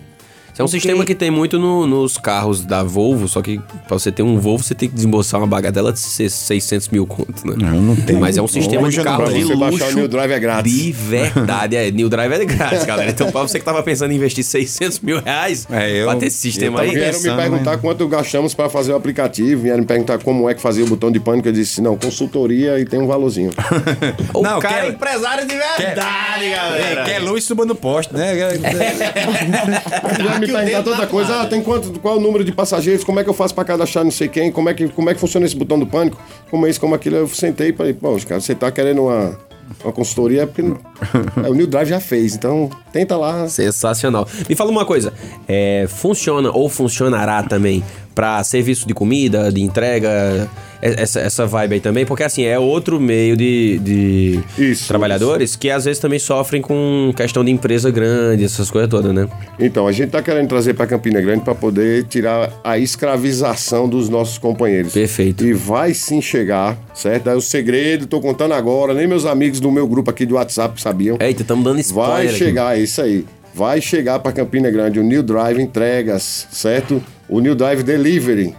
S3: Isso é um
S8: Porque-
S3: sistema que tem muito no- nos carros da Volvo, só que pra você ter um Volvo, você tem que desembolsar uma bagadela de 600 mil conto, né? Não, não tem. Mas é um sistema
S4: Hoje
S3: de
S4: eu não
S3: carro
S7: vou.
S3: de
S7: Você
S3: luxo.
S7: baixar o New Drive é grátis.
S3: De verdade, é. New Drive é grátis, galera. Então, pra você que tava pensando em investir 600 mil reais
S4: É, eu-
S3: pra ter esse sistema
S4: eu
S3: aí...
S4: tava
S7: Vieram me
S4: pensando,
S7: perguntar
S4: né?
S7: quanto gastamos para fazer o aplicativo, vieram me perguntar como é que fazia o botão de pânico. Eu disse, não, consultoria e tem um valorzinho.
S3: O
S4: Não,
S3: cara
S4: quer-
S3: é empresário de
S5: Tá
S3: verdade, galera.
S4: É, quer luz, suba no poste, né?
S1: Ah, que
S7: Vieram me
S1: o
S7: perguntar
S1: dedo
S7: tanta
S1: na
S7: coisa, ah, tem quanto, qual é o número de passageiros, como é que eu faço para cadastrar não sei quem, como é, que, como é que funciona esse botão do pânico, como é isso, como aquilo. Eu sentei e falei, pô, cara, você tá querendo uma, uma consultoria, porque não- É, o New Drive já fez, então tenta lá.
S3: Sensacional. Me fala uma coisa, é, funciona ou funcionará também pra serviço de comida, de entrega, e- essa, essa vibe aí também? Porque assim, é outro meio de, de
S7: Isso,
S3: trabalhadores que às vezes também sofrem com questão de empresa grande, essas coisas todas, né?
S7: Então, a gente tá querendo trazer para Campina Grande para poder tirar a escravização dos nossos companheiros.
S3: Perfeito.
S7: E vai sim chegar, certo? É o segredo, tô contando agora, nem meus amigos do meu grupo aqui do WhatsApp sabiam.
S4: É,
S3: Eita, estamos dando spoiler.
S7: Vai
S3: aqui.
S7: chegar, é isso aí. Vai chegar para Campina Grande o New Drive entregas, certo? O New Drive Delivery.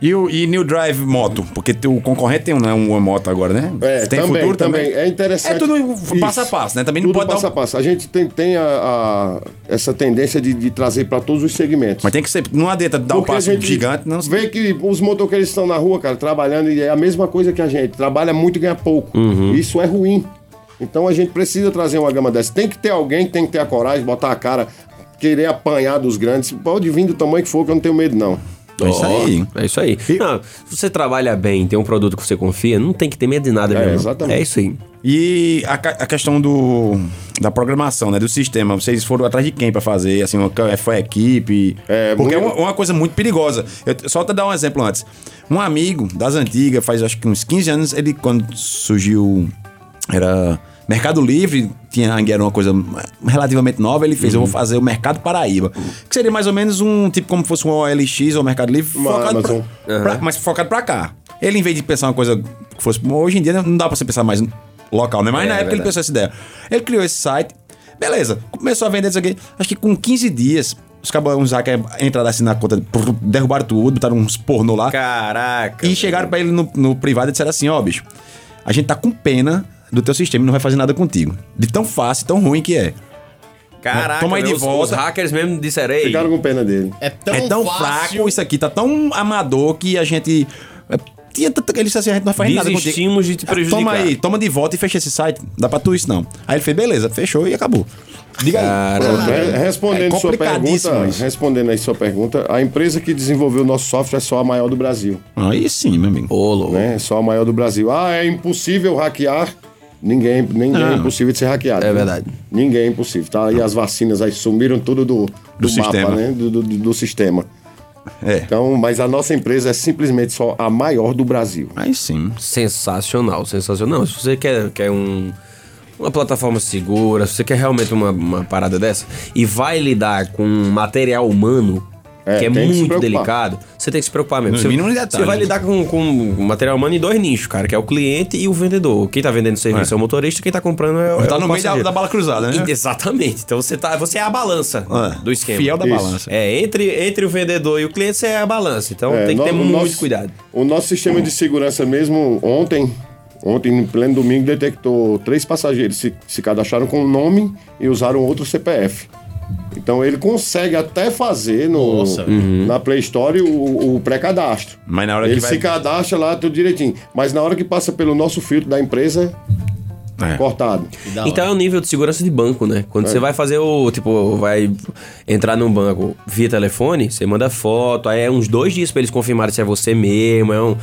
S4: E, o, e New Drive moto, porque tem- o concorrente tem né, uma moto agora, né?
S7: É,
S4: tem
S7: também,
S4: futuro também.
S7: também. É interessante.
S4: É tudo passo a passo, né? Também não
S7: Tudo
S4: pode dar
S7: passo
S4: um-
S7: a passo. A gente tem, tem a- a- essa tendência de, de trazer para todos os segmentos.
S4: Mas tem que ser. Não adianta dar um
S7: Porque a
S4: passo
S7: gente
S4: gigante, não.
S7: Vê que os motoqueiros estão na rua, cara, trabalhando, e é a mesma coisa que a gente. Trabalha muito e ganha pouco.
S4: Uhum.
S7: Isso é ruim. Então a gente precisa trazer uma gama dessa. Tem que ter alguém que tem que ter a coragem, botar a cara, querer apanhar dos grandes. Pode vir do tamanho que for, que eu não tenho medo, não.
S4: É isso aí.
S3: É isso aí. Não, se você trabalha bem, tem um produto que você confia, não tem que ter medo de nada
S7: É,
S3: mesmo.
S7: exatamente.
S3: É isso aí.
S4: E a, ca- a questão do da programação, né, do sistema, vocês foram atrás de quem pra fazer, assim, uma, ca- foi a equipe,
S7: É,
S4: porque é
S7: muito-
S4: uma, uma coisa muito perigosa. Eu t- só te dar um exemplo antes. Um amigo das antigas, faz acho que uns 15 anos, ele quando surgiu era Mercado Livre, tinha era uma coisa relativamente nova, ele fez, eu
S7: Uhum.
S4: vou fazer o Mercado Paraíba, que seria mais ou menos um tipo como fosse um OLX ou Mercado Livre,
S7: Uma
S4: focado pra,
S7: Amazon.
S4: pra- mas focado pra cá. Ele, em vez de pensar uma coisa que fosse. Hoje em dia né, não dá pra você pensar mais no local, né? Mas na
S3: é
S4: época ele
S3: verdade.
S4: pensou essa ideia. Ele criou esse site, beleza, começou a vender isso aqui. Acho que com 15 dias, os cabos, uns hackers entraram assim na conta, prrr, derrubaram tudo, botaram uns pornô lá.
S3: Caraca.
S4: E chegaram pra ele no, no privado e disseram assim: ó, bicho, a gente tá com pena do teu sistema e não vai fazer nada contigo. De tão fácil, tão ruim que é.
S3: Caraca,
S4: Toma aí de
S3: os,
S4: volta.
S3: os hackers mesmo disseram, ei,
S7: Ficaram com pena dele.
S5: É tão,
S4: é tão
S5: fácil.
S4: fraco isso aqui, tá tão amador que a gente. é, tinha tanta- Ele disse assim, a gente não faz nada contigo.
S3: desistimos de te
S4: Ah,
S3: prejudicar.
S4: Toma aí, toma de volta e fecha esse site. Não Dá pra tu isso, não. Aí ele fez, beleza, fechou e acabou. Diga aí.
S7: Pronto,
S4: Pronto,
S7: re-
S4: é-
S7: respondendo
S4: é
S7: sua pergunta,
S4: complicadíssimo isso.
S7: respondendo aí sua pergunta, a empresa que desenvolveu o nosso software é só a maior do Brasil,
S4: Aí sim, meu amigo.
S7: né? É só a maior do Brasil. Ah, é impossível hackear. Ninguém, ninguém é impossível de ser hackeado. É
S4: Ah. verdade.
S7: Ninguém é impossível, tá? E as vacinas aí sumiram tudo do, do, mapa,
S4: sistema.
S7: né? Do, do- do sistema.
S4: É.
S7: Então, mas a nossa empresa é simplesmente só a maior do Brasil.
S4: Aí sim.
S3: Sensacional, sensacional. Se você quer, quer um, uma plataforma segura, se você quer realmente uma, uma parada dessa e vai lidar com um material humano
S7: É,
S3: que é
S7: tem que se
S3: muito
S7: preocupar.
S3: delicado, você tem que se preocupar mesmo.
S4: No
S3: Você,
S4: mínimo de detalhe.
S3: você vai lidar com, com material humano em dois nichos, cara, que é o cliente e o vendedor. Quem tá vendendo serviço é, o motorista, quem tá comprando é, o- é
S4: Tá
S3: o
S4: no meio da,
S3: passageiro.
S4: da bala cruzada, né?
S3: E- Exatamente. Então você, tá, você é a balança
S4: É.
S3: do esquema.
S4: Fiel da
S7: Isso.
S4: balança.
S3: É, entre, entre o vendedor e o cliente, você é a balança. Então
S7: É,
S3: tem que
S7: no-
S3: ter
S7: o
S3: muito
S7: nosso-
S3: cuidado.
S7: O nosso sistema de segurança mesmo, ontem, ontem, em pleno domingo, detectou três passageiros se, se cadastraram com um nome e usaram outro CPF. Então ele consegue até fazer no,
S5: Nossa.
S3: Uhum.
S7: na Play Store o, o pré-cadastro.
S4: Mas na hora
S7: ele
S4: que vai-
S7: se cadastra lá tudo direitinho. Mas na hora que passa pelo nosso filtro da empresa,
S4: É.
S7: cortado.
S3: Então é o nível de segurança de banco, né? Quando você vai fazer o. Tipo, vai entrar num banco via telefone, você manda foto, aí é uns dois dias pra eles confirmarem se é você mesmo, é um.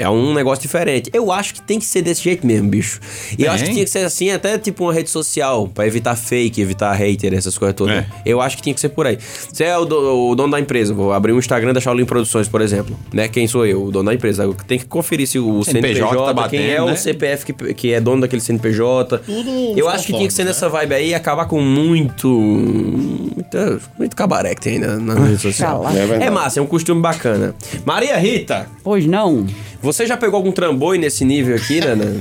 S3: É um negócio diferente. Eu acho que tem que ser desse jeito mesmo, bicho. E eu acho que
S4: Tem.
S3: tinha que ser assim, até tipo uma rede social, pra evitar fake, evitar hater, essas coisas todas.
S4: É.
S3: Eu acho que tinha que ser por aí. Você é o, do- o dono da empresa, vou abrir um Instagram da Shaolin Produções, por exemplo. Né? Quem sou eu? O dono da empresa. Eu tenho que conferir se o CNPJ,
S4: CNPJ tá batendo,
S3: quem é o
S4: né?
S3: CPF que, que é dono daquele CNPJ.
S5: Tudo
S3: Eu
S5: nos
S3: acho que tinha que ser
S5: conformes,
S3: nessa
S5: né?
S3: vibe aí e acabar com muito. muita- muito cabaré que tem na, na rede social.
S8: Cala. É
S7: verdade.
S3: é massa, é um costume bacana. Maria Rita,
S8: Pois não.
S3: você já pegou algum tramboi nesse nível aqui, Nana?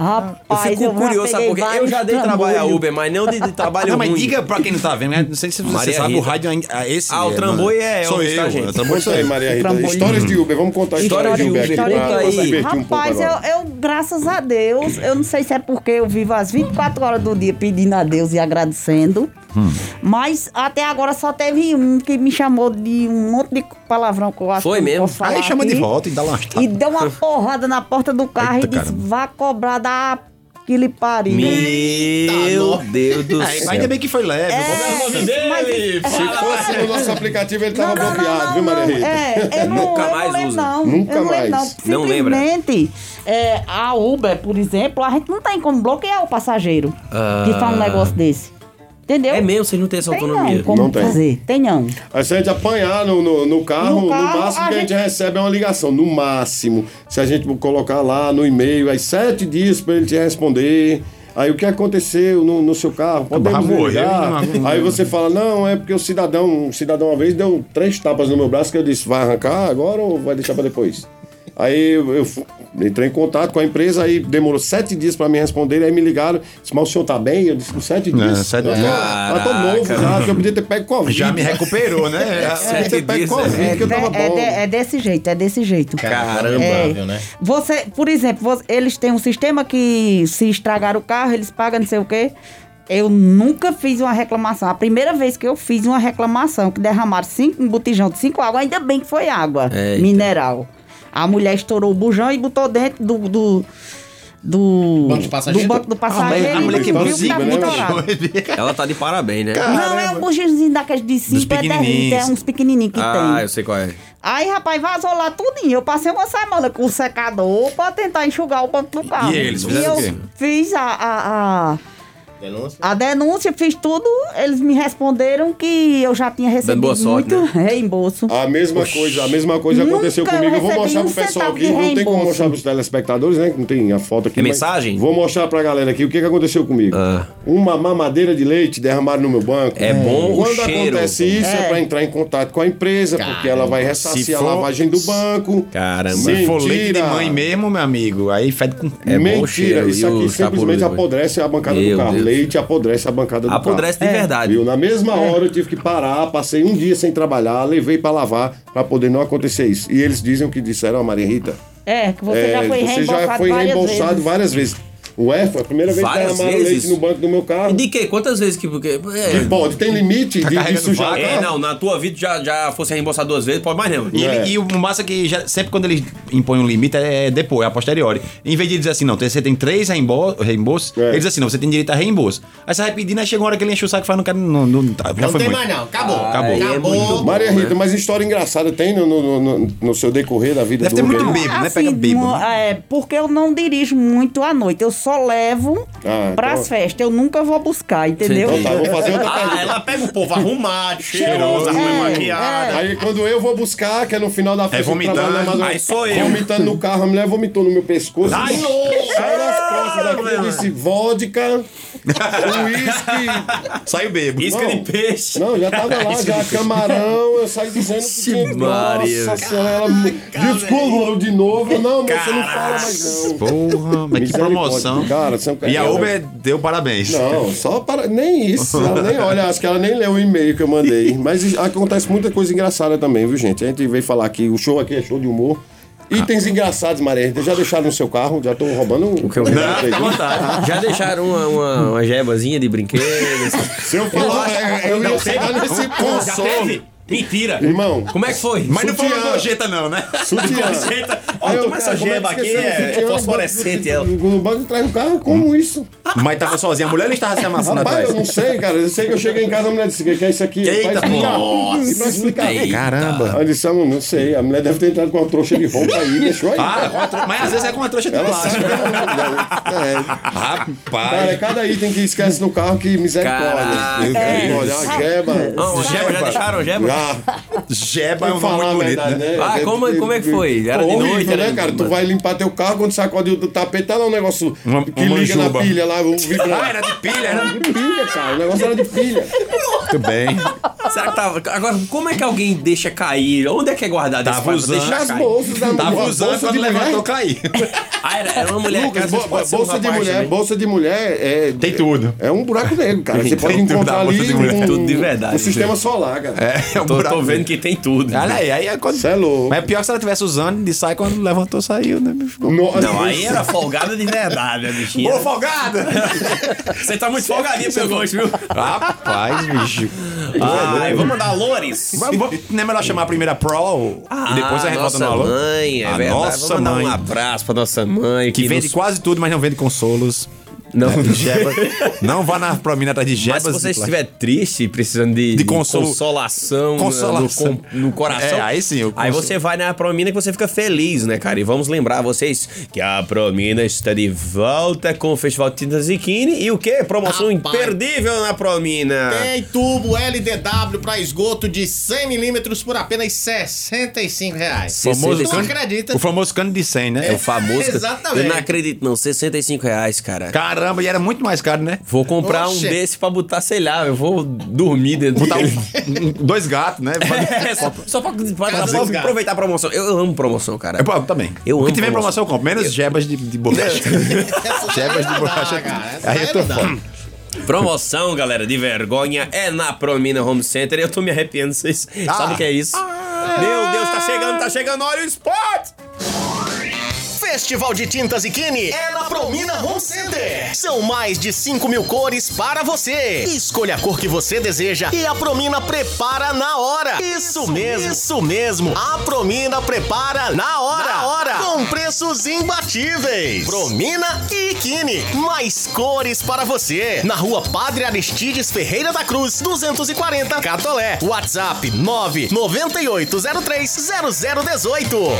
S3: Eu
S8: Rapaz,
S3: fico
S8: eu já
S3: curioso, sabe
S8: peguei
S3: por quê? Eu
S8: vários
S3: já dei trabalho a
S8: trambolhos.
S3: Uber, mas não de, de trabalho
S4: Não, mas
S3: ruim.
S4: diga pra quem não tá vendo, né? não sei se você
S3: Maria
S4: sabe,
S3: Rita.
S4: o rádio ainda- ah, esse.
S3: Ah, o
S4: é,
S3: trambolho é
S4: Sou
S3: onde tá,
S4: eu,
S3: gente.
S4: o trambolho
S7: Conta
S4: sou
S7: aí,
S4: eu.
S7: é, Maria Rita.
S8: Trambolho.
S7: Histórias de Uber. Vamos contar a história,
S3: História
S7: de
S3: de
S7: Uber,
S3: Uber,
S7: aqui
S3: conta
S7: pra, pra
S3: aí.
S7: se divertir um pouco
S8: Rapaz, eu,
S7: agora.
S8: eu, graças a Deus, eu não sei se é porque eu vivo as 24 horas do dia pedindo a Deus e agradecendo.
S3: Hum.
S8: Mas até agora só teve um que me chamou de um monte de palavrão que eu acho
S3: Foi
S8: que eu não
S3: mesmo?
S8: posso falar
S4: Aí Ah, chama de
S8: aqui.
S4: volta e dá uma
S8: E
S7: Tá.
S8: deu uma porrada na porta do carro
S4: Eita,
S8: e disse:
S4: caramba.
S8: vá cobrar da que lhe pariu.
S3: Meu Deus do
S4: Aí, mas ainda
S3: céu.
S4: bem que foi leve. o
S8: É,
S4: problema-
S8: um
S7: Se fosse no Assim, nosso aplicativo, ele tava bloqueado, viu, Maria Rita?
S8: É, eu não,
S3: Nunca
S8: eu não
S3: mais
S8: lembro,
S3: usa.
S8: Não.
S7: Nunca
S8: eu não
S7: mais.
S8: Lembro, não.
S3: Não lembra.
S8: Simplesmente, é, a Uber, por exemplo, a gente não tem como bloquear o passageiro
S3: Ah.
S8: que faz um negócio desse. Entendeu?
S3: É mesmo, vocês não têm essa
S8: Tem
S3: autonomia.
S8: não como
S7: Não tem.
S8: fazer. Tem não.
S7: Aí se a gente apanhar no, no, no carro,
S8: No
S7: no,
S8: carro,
S7: máximo
S8: a
S7: que a gente... recebe é uma ligação. No máximo. Se a gente colocar lá no e-mail, aí sete dias pra ele te responder. Aí o que aconteceu no, no seu carro? Podemos
S4: Barra morreu,
S7: ligar.
S4: hein?
S7: Aí você fala, não, é porque o cidadão, um cidadão uma vez deu três tapas no meu braço que eu disse, vai arrancar agora ou vai deixar pra depois? Aí eu, eu fu- entrei em contato com a empresa, aí demorou sete dias pra me responder, aí me ligaram, disse, mas o senhor tá bem? Eu disse, sete dias.
S4: É, sete
S7: eu,
S4: dias.
S7: tô- eu tô novo já, porque eu podia ter pego Covid.
S4: Já me recuperou, né?
S3: Sete
S7: É, Você tá pega
S3: dias,
S7: Covid,
S3: né?
S7: que eu tava
S8: É, é
S7: bom.
S8: de- é desse jeito, é desse jeito.
S5: Caramba,
S8: É.
S5: viu, né?
S8: Você, por exemplo, você- eles têm um sistema que se estragar o carro, eles pagam não sei o quê. Eu nunca fiz uma reclamação. A primeira vez que eu fiz uma reclamação, que derramaram cinco, um botijão de cinco água, ainda bem que foi água
S3: Eita.
S8: mineral. A mulher estourou o bujão e botou dentro do. do do
S5: Banco do passageiro?
S8: do banco do passageiro
S4: a
S8: e
S4: mulher
S8: viu
S4: quebrou
S8: que
S7: cinco,
S8: tava
S7: né,
S8: estourado.
S3: Ela tá de parabéns, né?
S8: Não, é um bujãozinho daqueles de cinco, é terrível,
S4: pequenininhos.
S8: é uns pequenininhos que
S3: Ah,
S8: tem.
S3: eu sei qual é.
S8: Aí, rapaz, vazou lá tudinho. Eu passei uma semana com o secador pra tentar enxugar o banco do carro.
S4: E eles fizeram
S8: eu
S4: o quê?
S8: Fiz a, a, a,
S5: Denúncia.
S8: a denúncia, fiz tudo. Eles me responderam que eu já tinha recebido
S3: boa sorte,
S8: muito
S4: né?
S8: reembolso.
S7: A mesma coisa, a mesma coisa
S8: Nunca
S7: aconteceu
S8: eu
S7: comigo. Eu vou
S8: recebi
S7: mostrar
S8: um
S7: pro pessoal
S8: centavo
S7: aqui.
S8: de
S7: Não tem como
S8: reembolso.
S7: mostrar pros telespectadores, né? que Não tem a foto aqui.
S3: É
S7: mas
S3: mensagem?
S7: Vou mostrar pra galera aqui o que, que aconteceu comigo.
S3: Ah.
S7: Uma mamadeira de leite derramaram no meu banco.
S3: É bom o
S7: Quando
S3: cheiro.
S7: acontece isso, é. pra entrar em contato com a empresa, porque ela vai ressarcir
S4: for-
S7: a lavagem do banco.
S3: Caramba.
S4: Se for leite de
S7: Mentira.
S4: mãe mesmo, meu amigo, aí fede com...
S3: É bom o
S7: Mentira,
S3: cheiro, e
S7: isso
S3: o
S7: aqui
S3: saboroso,
S7: simplesmente
S3: né?
S7: apodrece a bancada
S3: Meu
S7: do carro.
S3: Deus.
S7: Leite apodrece a bancada do carro.
S3: Apodrece
S9: É.
S3: de verdade.
S7: Viu? Na mesma hora eu tive que parar, passei um dia sem trabalhar, levei pra lavar pra poder não acontecer isso. E eles dizem o que disseram a Maria Rita.
S8: É, que você
S7: É,
S8: já foi
S7: você
S8: reembolsado
S7: já foi
S8: várias
S7: reembolsado
S8: vezes.
S7: várias vezes. O EF, a primeira vez que
S9: Várias
S7: derramaram
S9: vezes.
S7: leite no banco do meu carro.
S9: De quê? Quantas vezes que. Porque, é,
S7: Que pode, tem limite de, de
S4: Tá carregando
S7: sujar.
S9: é,
S7: carro?
S9: não, na tua vida já, já fosse reembolsar duas vezes, pode mais não.
S4: E, ele-
S7: É.
S4: e o massa é que já- sempre quando eles impõem um limite é depois, é a posteriori. Em vez de dizer assim, não, você tem três reembo- reembolsos,
S7: É.
S4: ele diz assim, não, você tem direito a reembolso. Aí você vai pedindo, aí chega uma hora que ele enche o saco e fala, não quero, não, não, tá, já
S10: Não
S4: foi
S10: tem
S4: muito.
S10: mais não, acabou.
S5: Ah,
S4: Acabou.
S10: Acabou.
S4: Aí é
S9: muito
S7: Maria Rita, mas história engraçada tem no, no, no- no seu decorrer da vida
S4: Deve
S7: do
S4: ter muito
S7: Uber?
S4: bêbado, né?
S8: Assim,
S4: Pega né? bêbado.
S8: mo- É, porque eu não dirijo muito à noite. Eu só levo
S7: Ah,
S8: pras
S7: então-
S8: festas. Eu nunca vou buscar, entendeu?
S7: Então tá, vou fazer outra pergunta.
S10: Ah, ela pega o povo arrumado, cheiroso, arrumado,
S8: É,
S10: maquiado.
S7: Aí quando eu vou buscar, que é no final da festa, eu
S4: vomitando.
S7: trabalho na Amazônia,
S9: Aí sou eu.
S7: Vomitando no carro, a mulher vomitou no meu pescoço. Ai, saiu
S9: é,
S7: nas costas daqui, eu disse vodka, uísque.
S4: Saiu bêbado.
S9: Isca
S7: Não.
S9: de peixe.
S7: Não, já tava lá, já camarão, eu saí dizendo que tinha.
S9: Maria.
S7: Nossa senhora, ela me descolou de novo. Não, mas você não fala mais não.
S4: Porra, mas que
S7: Misericórdia.
S4: promoção.
S7: Cara, são
S4: E a Uber deu parabéns.
S7: Não, só para. Nem isso. Ela nem olha, acho que ela nem leu o e-mail que eu mandei. Mas acontece muita coisa engraçada também, viu, gente? A gente veio falar que o show aqui é show de humor. Itens engraçados, Maria. Rita, Já deixaram no seu carro? Já tô roubando um- o que eu
S4: né?
S3: Já deixaram uma, uma, uma jebazinha de brinquedo?
S7: Se eu falar, eu, eu ia chegar nesse
S9: um, Já
S7: ponto.
S9: teve? Mentira.
S7: Irmão,
S3: Como é que foi?
S4: Mas não foi uma
S7: Sutiã.
S4: gorjeta, não, né?
S7: sutiã.
S9: um Ó,
S7: Aí eu,
S9: toma essa
S7: cara, como é que
S9: jeba aqui,
S7: esqueceu o
S9: é
S7: sutiã?
S9: fosforescente é. Hum. ela.
S7: No banco atrás do carro, como isso?
S4: Mas tava sozinha. A mulher ele estava se amassando
S7: Rapaz,
S4: atrás.
S7: eu não sei, cara. Eu sei que eu cheguei em casa, a mulher disse: que é isso aqui?
S4: Eita,
S7: pra explicar. E pra explicar.
S4: Caramba.
S7: Aí disse, ah, não, não sei, a mulher deve ter entrado com uma trouxa de roupa aí, deixou aí.
S4: Ah, com a tro- mas às vezes é com uma trouxa de
S7: Ela sabe
S4: plástico.
S7: que ela não- é. Cara, é
S4: Rapaz.
S7: cada item que esquece no carro que misericórdia. Misericórdia, uma jeba.
S3: Não, uma jeba, já deixaram jeba?
S7: Ah,
S4: Jeba é um
S7: falar a
S4: muito bonito,
S7: verdade,
S4: né?
S7: né?
S3: Ah, como- como é que foi? Era de
S7: horrível,
S3: noite,
S7: né,
S3: era de-
S7: cara? Tu vai limpar teu carro, quando sacode o tapete, tá lá um negócio
S4: Uma-
S7: que
S4: uma
S7: liga
S4: manjuba.
S7: na pilha lá, o vibrador.
S4: Ah, era de pilha, era
S7: de pilha, cara. O negócio era de pilha.
S4: muito bem.
S9: Será que tava. Agora, como é que alguém deixa cair? Onde é que é guardado esse
S4: Tava
S9: coisa?
S4: usando.
S9: Deixa
S7: Nas
S9: cair.
S7: bolsas da
S4: Tava
S7: bolsa
S4: usando
S7: de
S4: quando
S7: mulher.
S4: levantou, caiu.
S9: Ah, era, era uma mulher.
S7: Lucas,
S9: que às vezes
S7: bo-
S9: pode ser um
S7: bolsa de
S9: rapaz
S7: mulher,
S9: também.
S7: bolsa de mulher é.
S4: Tem tudo.
S7: É um buraco negro, cara. Você
S4: Tem
S7: pode
S4: tudo da
S7: encontrar
S4: bolsa
S7: ali
S4: de mulher.
S7: um,
S9: Tudo de verdade,
S7: um sistema solar, cara.
S4: É, um
S9: Tô,
S4: buraco.
S9: tô vendo que tem tudo. né?
S4: Olha aí, aí é quando...
S7: Cê é louco.
S4: Mas é pior que se ela tivesse usando de sai, quando levantou, saiu, né, bicho?
S7: No-
S9: Não, aí era folgada de verdade, né, bichinha?
S4: folgada!
S9: Você tá muito folgadinha pelo gosto, viu?
S4: é Rapaz, bicho.
S9: Ai, vamos mandar Lores. Ah,
S4: Mas vamos- não é melhor chamar a primeira Pro e depois a gente volta no
S3: Ah, nossa
S4: alô?
S3: mãe, é
S4: A
S3: verdade.
S4: nossa
S3: Vamos dar
S4: mãe.
S3: um abraço pra nossa mãe.
S4: Que vende quase tudo, mas não vende consolos.
S3: Não,
S4: Jeba. não vá na promina atrás de
S3: Mas
S4: jebas.
S3: se você
S4: de plástico.
S3: estiver triste, precisando de,
S4: De consolo-
S3: consolação, né,
S4: Consolação.
S3: No, com- no coração,
S4: É, aí sim, eu
S3: aí
S4: consolo.
S3: você vai na Promina que você fica feliz, né, cara? E vamos lembrar vocês que a Promina está de volta com o Festival Tinta Ziquini e o quê? Promoção
S10: Rapaz.
S3: imperdível na Promina.
S5: É,
S10: Tem tubo LDW pra esgoto de 100 milímetros por apenas R$ 65 reais.
S4: Famoso
S10: Tu não
S4: cano-
S10: acredita?
S4: O famoso cano de 100, né?
S3: É o famoso.
S10: Exatamente.
S3: Eu não acredito, não. 65 reais, cara.
S4: Caramba, e era muito mais caro, né?
S3: Vou comprar
S10: Oxe.
S3: um desse pra botar, sei lá, eu vou dormir dentro
S4: Botar
S3: dele.
S4: um- um- dois gatos, né?
S3: É, só, só pra, pra-
S10: Cada
S3: só
S10: dois
S3: pra
S10: gatos.
S3: aproveitar a promoção. Eu, eu amo promoção, cara.
S4: É, pô, também.
S3: Eu
S4: o que
S3: amo
S4: tiver em
S3: promoção.
S4: promoção eu compro. Menos jebas de, de borracha. jebas de
S5: é
S4: borracha. aí eu tô fora.
S3: Promoção, galera, de vergonha é na Promina Home Center. Eu tô me arrepiando, vocês
S4: Ah.
S3: sabem o que é isso? Meu Deus, tá chegando, tá chegando, olha o esporte!
S5: Festival de Tintas e Kine é na Promina Home Center. São mais de 5 mil cores para você. Escolha a cor que você deseja e a Promina prepara na hora. Isso, mesmo, isso mesmo. A Promina prepara na hora. Na hora. Com preços imbatíveis. Promina e Kine. Mais cores para você. Na rua Padre Aristides Ferreira da Cruz, 240 Catolé. WhatsApp 99803 0018.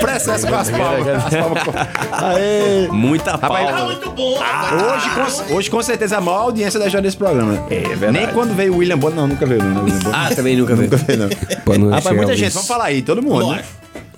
S4: Presta essa com as palmas. As palmas tá com- Aê.
S3: Muita
S4: Rapaz,
S3: palma.
S10: Muito bom.
S4: Hoje, com, hoje, com certeza, a maior audiência da história desse programa. né? Nem quando veio o William Bonner, não, nunca veio, não. né, William Bonner.
S3: Ah, também nunca vi.
S4: Nunca veio, não.
S3: Quando
S4: Rapaz,
S3: chegar
S4: muita
S3: alguém.
S4: gente, vamos falar aí, todo mundo, né?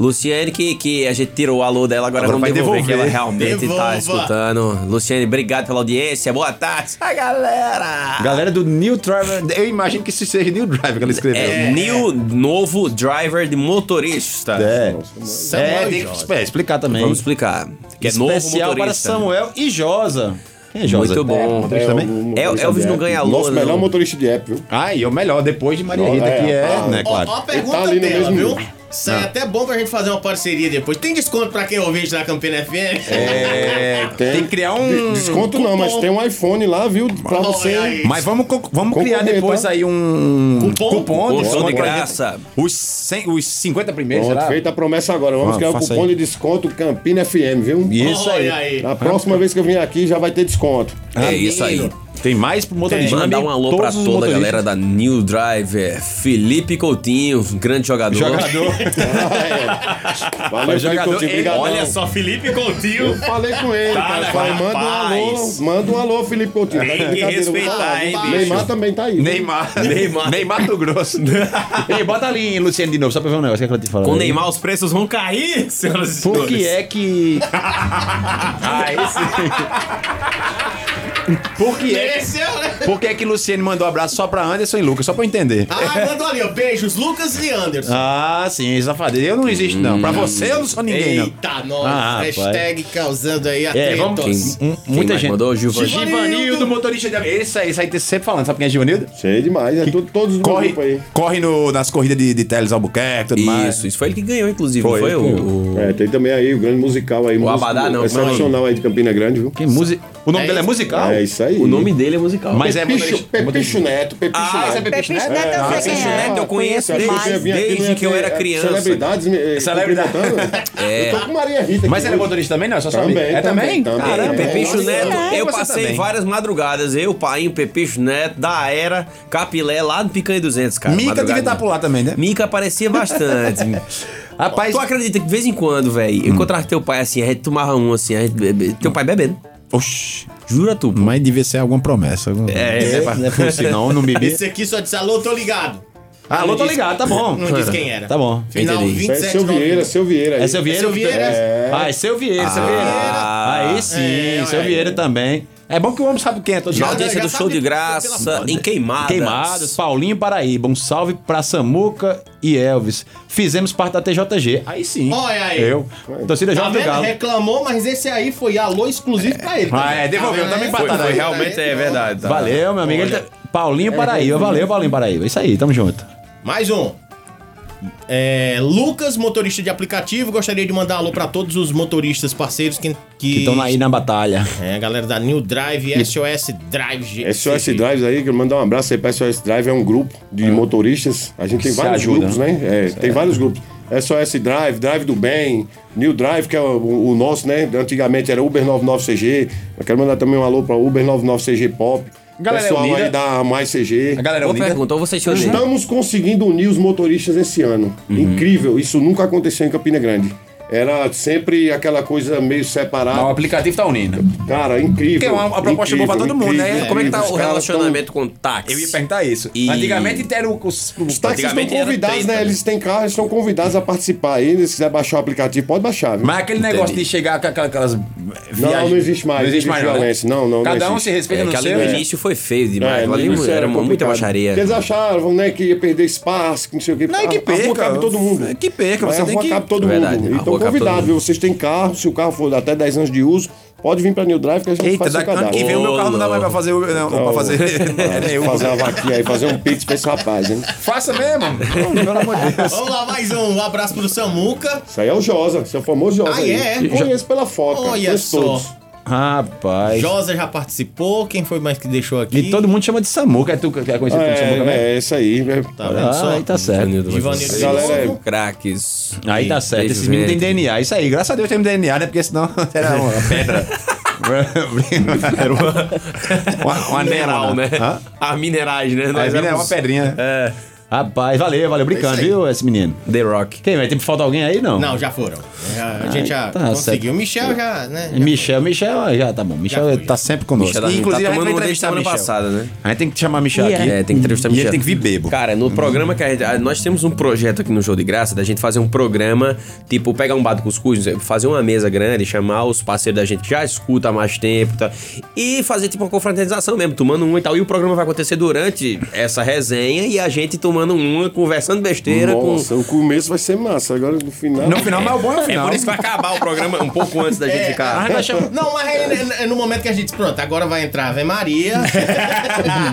S3: Luciane, que, que a gente tirou o alô dela, agora,
S4: Agora vai
S3: vamos devolver,
S4: devolver.
S3: que ela realmente tá
S10: Devolva.
S3: escutando. Luciane, obrigado pela audiência, boa tarde. A galera!
S4: Galera do New Driver, eu imagino que isso seja New Driver que ela escreveu.
S3: É, new novo driver de motorista.
S4: É,
S10: Samuel
S4: é tem que
S10: Jorge.
S4: é, explicar também.
S3: Vamos explicar. Que é novo motorista.
S4: Especial para Samuel e Josa. Quem é Josa?
S3: Muito bom.
S4: motorista
S7: É,
S4: também?
S7: um
S3: El-
S7: motorista
S3: Elvis
S7: de
S3: não
S7: app.
S3: ganha alô,
S7: Nosso melhor
S3: não.
S7: motorista de app, viu?
S4: Ah, e o é melhor, depois de Maria Rita,
S7: É,
S4: que é,
S7: ah,
S4: né,
S10: Ó, ó
S4: claro.
S10: a pergunta
S7: ali no
S10: dela,
S7: mesmo
S10: viu?
S7: nível.
S5: Isso
S4: Ah.
S5: aí é até bom pra gente fazer uma parceria depois. Tem desconto pra quem é ouvinte da Campina FM?
S4: É, tem, que criar
S9: Hum,
S4: um.
S7: Desconto não, mas tem um iPhone lá, viu? Pra
S5: Olha
S7: você.
S5: aí.
S4: Mas vamos, co- vamos criar
S7: Concorrer,
S4: depois
S7: tá?
S4: aí um
S5: Cupom?
S4: cupom
S3: Cupom
S4: desconto
S3: de
S4: pra gente.
S3: graça.
S4: Os, 100, os 50 primeiros,
S7: Pronto,
S4: será?
S7: feita a promessa agora. Vamos
S4: Vamos,
S7: criar o
S4: Ah, faça
S7: cupom
S4: aí.
S7: de desconto Campina FM, viu?
S4: Isso aí.
S5: Olha aí.
S7: Na próxima vez que eu vim aqui já vai ter desconto.
S3: É isso aí.
S4: Tem mais pro motorista.
S3: Mandar um
S4: Amigo,
S3: alô pra
S4: todos os
S3: toda a
S4: motoristas.
S3: galera da New Driver. Felipe Coutinho, grande jogador.
S4: Jogador.
S7: Valeu,
S4: jogador,
S7: Felipe Coutinho.
S4: hein?
S7: Obrigadão.
S9: Olha só, Felipe
S7: Eu
S9: Coutinho.
S7: falei com ele, cara. Eu Falei, manda um alô,
S9: rapaz.
S7: manda um alô, Felipe Coutinho.
S9: Tem
S7: Tá de
S9: que
S7: brincadeira, eu vou
S9: respeitar,
S7: falar.
S9: hein,
S7: Neymar
S9: bicho?
S7: também tá aí. viu?
S4: Neymar. Neymar. Neymar do Grosso. Ei, bota ali, Luciano, de novo, só pra ver um negócio. O que, é que ela te falou?
S9: Com
S4: aí?
S9: Neymar, os preços vão cair, senhoras e senhores.
S4: Por que é que. ah, esse. Por que é,
S5: Mereceu, né?
S4: por que é que Luciano mandou um abraço só pra Anderson e Lucas? Só pra eu entender.
S5: Ah, mandou ali, ó. Beijos, Lucas e Anderson.
S4: Ah, sim, safadeza. Eu não existo, não. Pra você, eu não sou ninguém, não.
S5: Eita, nós.
S4: Ah, rapaz.
S5: Hashtag causando aí
S4: É, vamos-
S5: atritos.
S4: Quem-
S3: Quem
S4: muita
S3: mais
S4: gente.
S3: Mandou Giovanni.
S5: Giva-
S4: Givanildo, motorista de avião. Esse aí, esse aí tá sempre falando. Sabe quem é Givanildo?
S7: Cheio demais, é tudo, todos do
S4: Corre,
S7: grupo aí.
S4: corre no, nas corridas de, de Teles Albuquerque e tudo mais.
S3: Isso, isso foi ele que ganhou, inclusive.
S4: Foi,
S3: Foi, foi
S4: ele que
S3: o, o-
S7: É, tem também aí o grande musical aí. músico
S3: Abadá não,
S7: Excepcional aí de Campina Grande, viu?
S4: Que música. O nome dele é musical?
S7: É isso aí.
S3: o nome dele é musical.
S4: Mas é
S7: Pepicho,
S4: motorista.
S7: Pepicho Neto, Pepicho
S4: Ah, esse é
S7: Neto.
S4: Pepicho
S8: Pepicho
S4: Neto?
S8: Neto eu sei quem
S3: Pepicho
S8: é.
S3: Neto eu conheço
S7: Achei
S3: desde-
S7: você ia vir aqui,
S3: desde
S7: não ia
S3: que eu
S7: ter,
S3: era
S7: eh,
S3: criança.
S7: Celebridades me, eh,
S4: Celebridade.
S7: cumprimentando.
S3: É.
S7: Eu tô com Maria Rita aqui
S4: Mas ele é
S7: hoje.
S4: motorista também, não? É só
S7: Também,
S4: saber. É também?
S7: também, também.
S4: Caramba,
S7: É.
S3: Pepicho
S7: Nossa,
S3: Neto,
S4: é,
S3: eu
S4: você
S3: passei
S4: também.
S3: várias madrugadas. Eu, pai, Pepicho Neto, da Era, Capilé, lá no Picanha 200, cara.
S4: Mica devia
S3: madrugada.
S4: estar por lá também, né?
S3: Mica aparecia bastante.
S4: Rapaz,
S3: tu acredita que de vez em quando, velho, eu encontrava teu pai assim, a gente tomava um assim, a gente bebe, teu pai bebendo.
S4: oxi.
S3: Jura tu? pô.
S4: Mas devia ser alguma promessa.
S3: É, é,
S4: não é possível, não, não bebi.
S5: Esse aqui só disse alô, tô ligado.
S4: Alô, tô ligado, tá bom.
S5: Não disse quem era.
S4: Tá bom.
S5: Final
S3: Entendi.
S7: É
S5: 27
S7: seu
S5: nove-
S7: Vieira, seu Vieira aí.
S4: É seu Vieira?
S5: seu Vieira?
S4: É. Ah, é seu Vieira, seu Vieira. Aí sim,
S5: É,
S4: seu
S5: aí.
S4: Vieira também. É bom que o homem sabe quem é todo
S3: Na
S4: mundo.
S3: audiência
S5: já
S3: do
S5: sabe
S3: show de
S5: tudo,
S3: graça, em queimadas.
S4: Queimados, Paulinho Paraíba. Um salve pra Samuca e Elvis. Fizemos parte da TJG. Aí sim.
S5: Olha aí.
S4: Eu. Torcida
S5: Tá
S4: Jovem do
S5: vendo?
S4: Galo.
S5: Reclamou, mas esse aí foi alô exclusivo pra ele.
S4: Ah, é, devolveu,
S5: Tá vendo?
S4: tá me empatado aí.
S9: Realmente é verdade. Tá?
S4: Valeu, meu amigo. Ele tá- Paulinho Paraíba. Valeu, Paulinho Paraíba. Isso aí, tamo junto.
S5: Mais um. É, Lucas, motorista de aplicativo, gostaria de mandar alô pra todos os motoristas parceiros que
S4: Que estão aí na batalha.
S5: É, a galera da New Drive, SOS Drive. G-
S7: SOS
S5: CG.
S7: Drives aí, quero mandar um abraço aí pra SOS Drive, é um grupo de motoristas. A gente tem
S4: Se
S7: vários
S4: ajuda,
S7: grupos, né? É, tem vários grupos. SOS Drive, Drive do Bem, New Drive, que é o, o nosso, né? Antigamente era Uber 99CG. Eu quero mandar também um alô pra Uber 99CG Pop.
S4: Galera
S7: pessoal
S4: unida.
S7: aí da Mais
S4: A
S7: CG.
S4: galera
S3: Boa
S4: unida.
S3: pergunta, ou vocês tinham dele?
S7: Estamos conseguindo unir os motoristas esse ano. Incrível, isso nunca aconteceu em Campina Grande. Era sempre aquela coisa meio separada.
S4: Mas o aplicativo tá unindo.
S7: Cara, incrível.
S4: Porque é uma- uma proposta
S7: incrível,
S4: boa pra todo mundo,
S7: incrível,
S4: né?
S7: incrível.
S3: Como é que tá
S7: Os
S3: o
S7: caras
S3: relacionamento com o táxi?
S4: Eu ia perguntar isso.
S3: E-
S4: Antigamente era o. Os,
S7: Os táxis estão
S3: Antigamente era
S7: Tá, convidados,
S3: treta,
S7: né?
S3: né?
S7: Eles têm carro, eles estão convidados a participar aí. Se quiser baixar o aplicativo, pode baixar, viu?
S4: Mas aquele negócio de chegar com aquela- aquelas.
S7: não existe mais,
S4: Não existe
S7: não
S4: mais,
S7: existe
S4: não, né?
S7: violência, não, não, não
S4: Cada um
S7: existe.
S4: se respeita
S3: É,
S4: no
S3: que ali
S4: seu.
S3: no
S4: né?
S3: início foi feio demais.
S7: É, no
S3: ali
S7: início
S3: era muita
S7: complicado.
S3: baixaria.
S7: Porque Eles acharam, né, que ia perder espaço, que não sei o quê.
S4: Não, é que
S7: A- A rua
S4: perca,
S7: cabe todo mundo.
S4: é que perca,
S7: Mas
S4: você
S7: a
S4: tem
S7: rua
S4: que- É
S7: cabe todo
S3: Verdade, a
S7: mundo.
S3: rua
S7: Então,
S3: cabe todo
S7: convidado,
S3: mundo.
S7: viu? Vocês têm carro, se o carro for até 10 anos de uso, pode vir pra New Drive que a gente
S4: Eita,
S7: faz seu
S4: daqui ano
S7: cadastro.
S4: que vem o meu carro não dá mais pra fazer. Uber, Não, pra fazer. É,
S7: Fazer
S4: nenhum.
S7: uma vaquinha aí, fazer um pix pra esse rapaz, hein?
S4: Faça mesmo. Pelo amor de Deus.
S5: Vamos lá, mais um. Um abraço pro Samuca.
S7: Isso aí é o Josa, seu famoso Josa.
S5: Ah,
S7: aí.
S5: é?
S7: Eu Conheço pela foto. cara,
S5: Olha
S7: conheço
S5: só.
S7: todos.
S4: Rapaz.
S5: Josa já participou. Quem foi mais que deixou aqui?
S4: E todo mundo chama de Samuca. É tu que é conhecido como Samuca, né?
S7: É, é isso aí. é-
S5: Tá vendo
S4: Ah,
S5: só?
S4: aí tá certo.
S5: Givanildo de
S7: Galera,
S5: novo.
S3: Craques.
S4: Aí tá certo. Esses meninos têm DNA. Isso aí, graças a Deus tem DNA, né? Porque senão era uma pedra. era uma, uma, uma
S3: Mineral, né?
S4: Hã?
S3: A minerais, né?
S4: Mas
S3: Nós
S4: era uma
S3: éramos
S4: pedrinha.
S3: É.
S4: Rapaz, valeu, valeu. Brincando, viu, esse menino?
S3: The Rock.
S4: Quem? Vai ter falta alguém aí? Não.
S5: Não, já foram. Já- a gente já
S4: tá
S5: conseguiu. O Michel já, né? já-
S4: Michel, Michel, ah, já tá bom. Michel
S5: Já foi,
S4: tá sempre conosco.
S3: Michel da Rinha
S4: Inclusive,
S3: tá
S4: a gente
S3: tomando
S4: vai
S3: uma
S4: entrevistar
S3: desde
S4: Michel.
S3: semana passada, né?
S4: A gente tem que chamar Michel
S8: Yeah.
S4: aqui.
S3: É, tem que entrevistar
S4: E ele
S3: Michel.
S4: tem que vir bebo.
S3: Cara, no programa que a gente. a- Nós temos um projeto aqui no Show de Graça da gente fazer um programa, tipo, pegar um bar do cuscuz, fazer uma mesa grande, chamar os parceiros da gente que já escuta há mais tempo tá? e fazer tipo uma confraternização mesmo, tomando um e tal. E o programa vai acontecer durante essa resenha e a gente tomando tomando uma, conversando besteira
S7: Nossa, o começo vai ser massa. Agora no final.
S9: No final, mas o bom é o
S3: com. É
S9: final.
S3: por isso que vai acabar o programa um pouco antes da gente
S5: É,
S3: ficar.
S5: mas nós chamamos- Não, mas é, é- é no momento que a gente. Pronto, agora vai entrar Ave Maria.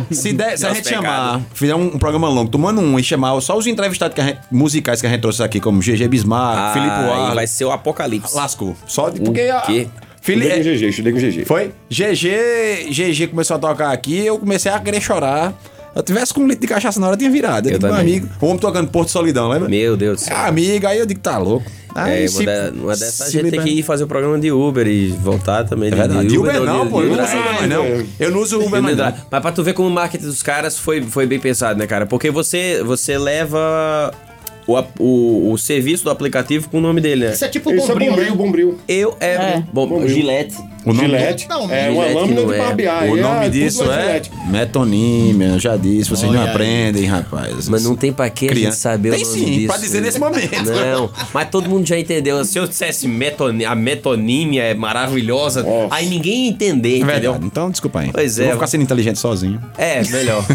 S9: Se, der- se a
S3: Nosso
S9: gente
S3: pecado.
S9: chamar, fizer um, um programa longo, tomando um e chamar só os entrevistados que a gente- musicais que a gente trouxe aqui, como GG Bismarck,
S3: Ah,
S9: Felipe
S3: aí
S9: Wall,
S3: vai ser o apocalipse.
S9: lascou. Só de, porque a.
S3: quê?
S9: Fili-
S7: Estudei com GG, estudei com GG.
S9: é- Foi? GG, GG começou a tocar aqui, eu comecei a querer chorar. Eu tivesse com um litro de cachaça na hora, eu tinha virado. Eu,
S3: Eu
S9: digo, meu
S3: também.
S9: amigo, o homem tocando Porto Solidão, lembra?
S3: Meu Deus do céu.
S9: Ah, Amiga, aí eu digo, tá louco. Aí
S3: é,
S9: se-
S3: uma, da- uma dessa a
S9: se
S3: gente
S9: libera.
S3: tem que ir fazer o programa de Uber e voltar também.
S9: É verdade. De Uber não, pô. Eu não
S3: Uber
S9: uso
S3: Drive.
S9: Uber, não. Eu não uso Uber,
S3: Uber
S9: mais não.
S3: Drive. Mas pra tu ver como o marketing dos caras foi, foi bem pensado, né, cara? Porque você, você leva o, ap- o, o serviço do aplicativo com o nome dele, né?
S5: Isso é tipo
S7: Isso é
S5: bombril, né?
S7: bombril, bombril.
S3: Eu é, Bom,
S7: Bom, eu-
S3: Gillette.
S9: O nome,
S7: Gilete.
S5: Não,
S7: É uma
S3: Gillette
S7: lâmina
S3: não
S7: de
S3: é.
S7: barbear.
S9: o
S7: é
S9: nome
S7: tudo
S9: disso é
S7: Gillette.
S9: metonímia, eu já disse, vocês
S5: Olha
S9: não
S5: aí.
S9: aprendem, rapaz.
S4: Mas não tem pra que a gente
S9: Criança.
S4: saber
S9: Tem
S4: o nome
S9: sim,
S4: disso.
S9: pra
S3: né?
S9: dizer nesse momento.
S4: Não, mas todo mundo já entendeu.
S3: Se eu dissesse metoni- a metonímia é maravilhosa,
S7: Nossa.
S3: aí ninguém ia entender,
S9: É
S3: entendeu?
S9: verdade. Então, desculpa aí.
S3: Pois
S9: Eu
S3: é.
S9: vou ficar sendo inteligente sozinho.
S3: É, melhor.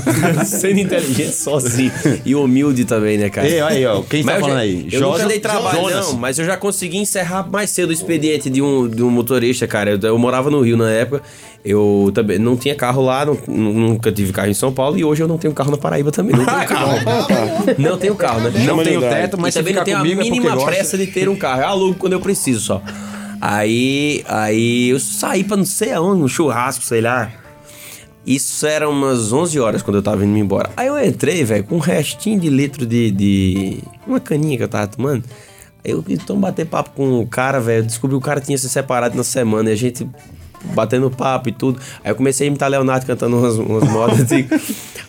S3: Sendo inteligente sozinho. E humilde também, né, cara?
S9: Ei, olha aí, ó. Quem tá
S3: eu
S9: falando
S3: já-
S9: aí?
S3: Eu
S9: Jorge-
S3: nunca dei trabalho,
S9: Jonas.
S3: não, mas eu já consegui encerrar mais cedo o expediente de um, de um motorista, cara. Eu, eu morava no Rio na época. Eu também não tinha carro lá, não- nunca tive carro em São Paulo e hoje eu não tenho carro na Paraíba também. Não tenho carro. não tenho carro, né?
S9: Não
S7: Chama
S9: tenho
S7: de idade.
S9: teto, mas
S3: e
S9: se
S3: também
S9: ficar
S3: não tenho a
S9: comigo é porque
S3: mínima
S9: gosta.
S3: pressa de ter um carro. Eu alugo quando eu preciso só. Aí, aí eu saí pra não sei aonde, um churrasco, sei lá. Isso era umas 11 horas quando eu tava indo embora. Aí eu entrei, velho, com um restinho de litro de, de. Uma caninha que eu tava tomando. Aí eu então bater papo com o cara, velho. Eu Descobri que o cara tinha se separado na semana e a gente batendo papo e tudo. Aí eu comecei a imitar Leonardo cantando umas, umas modas. Assim.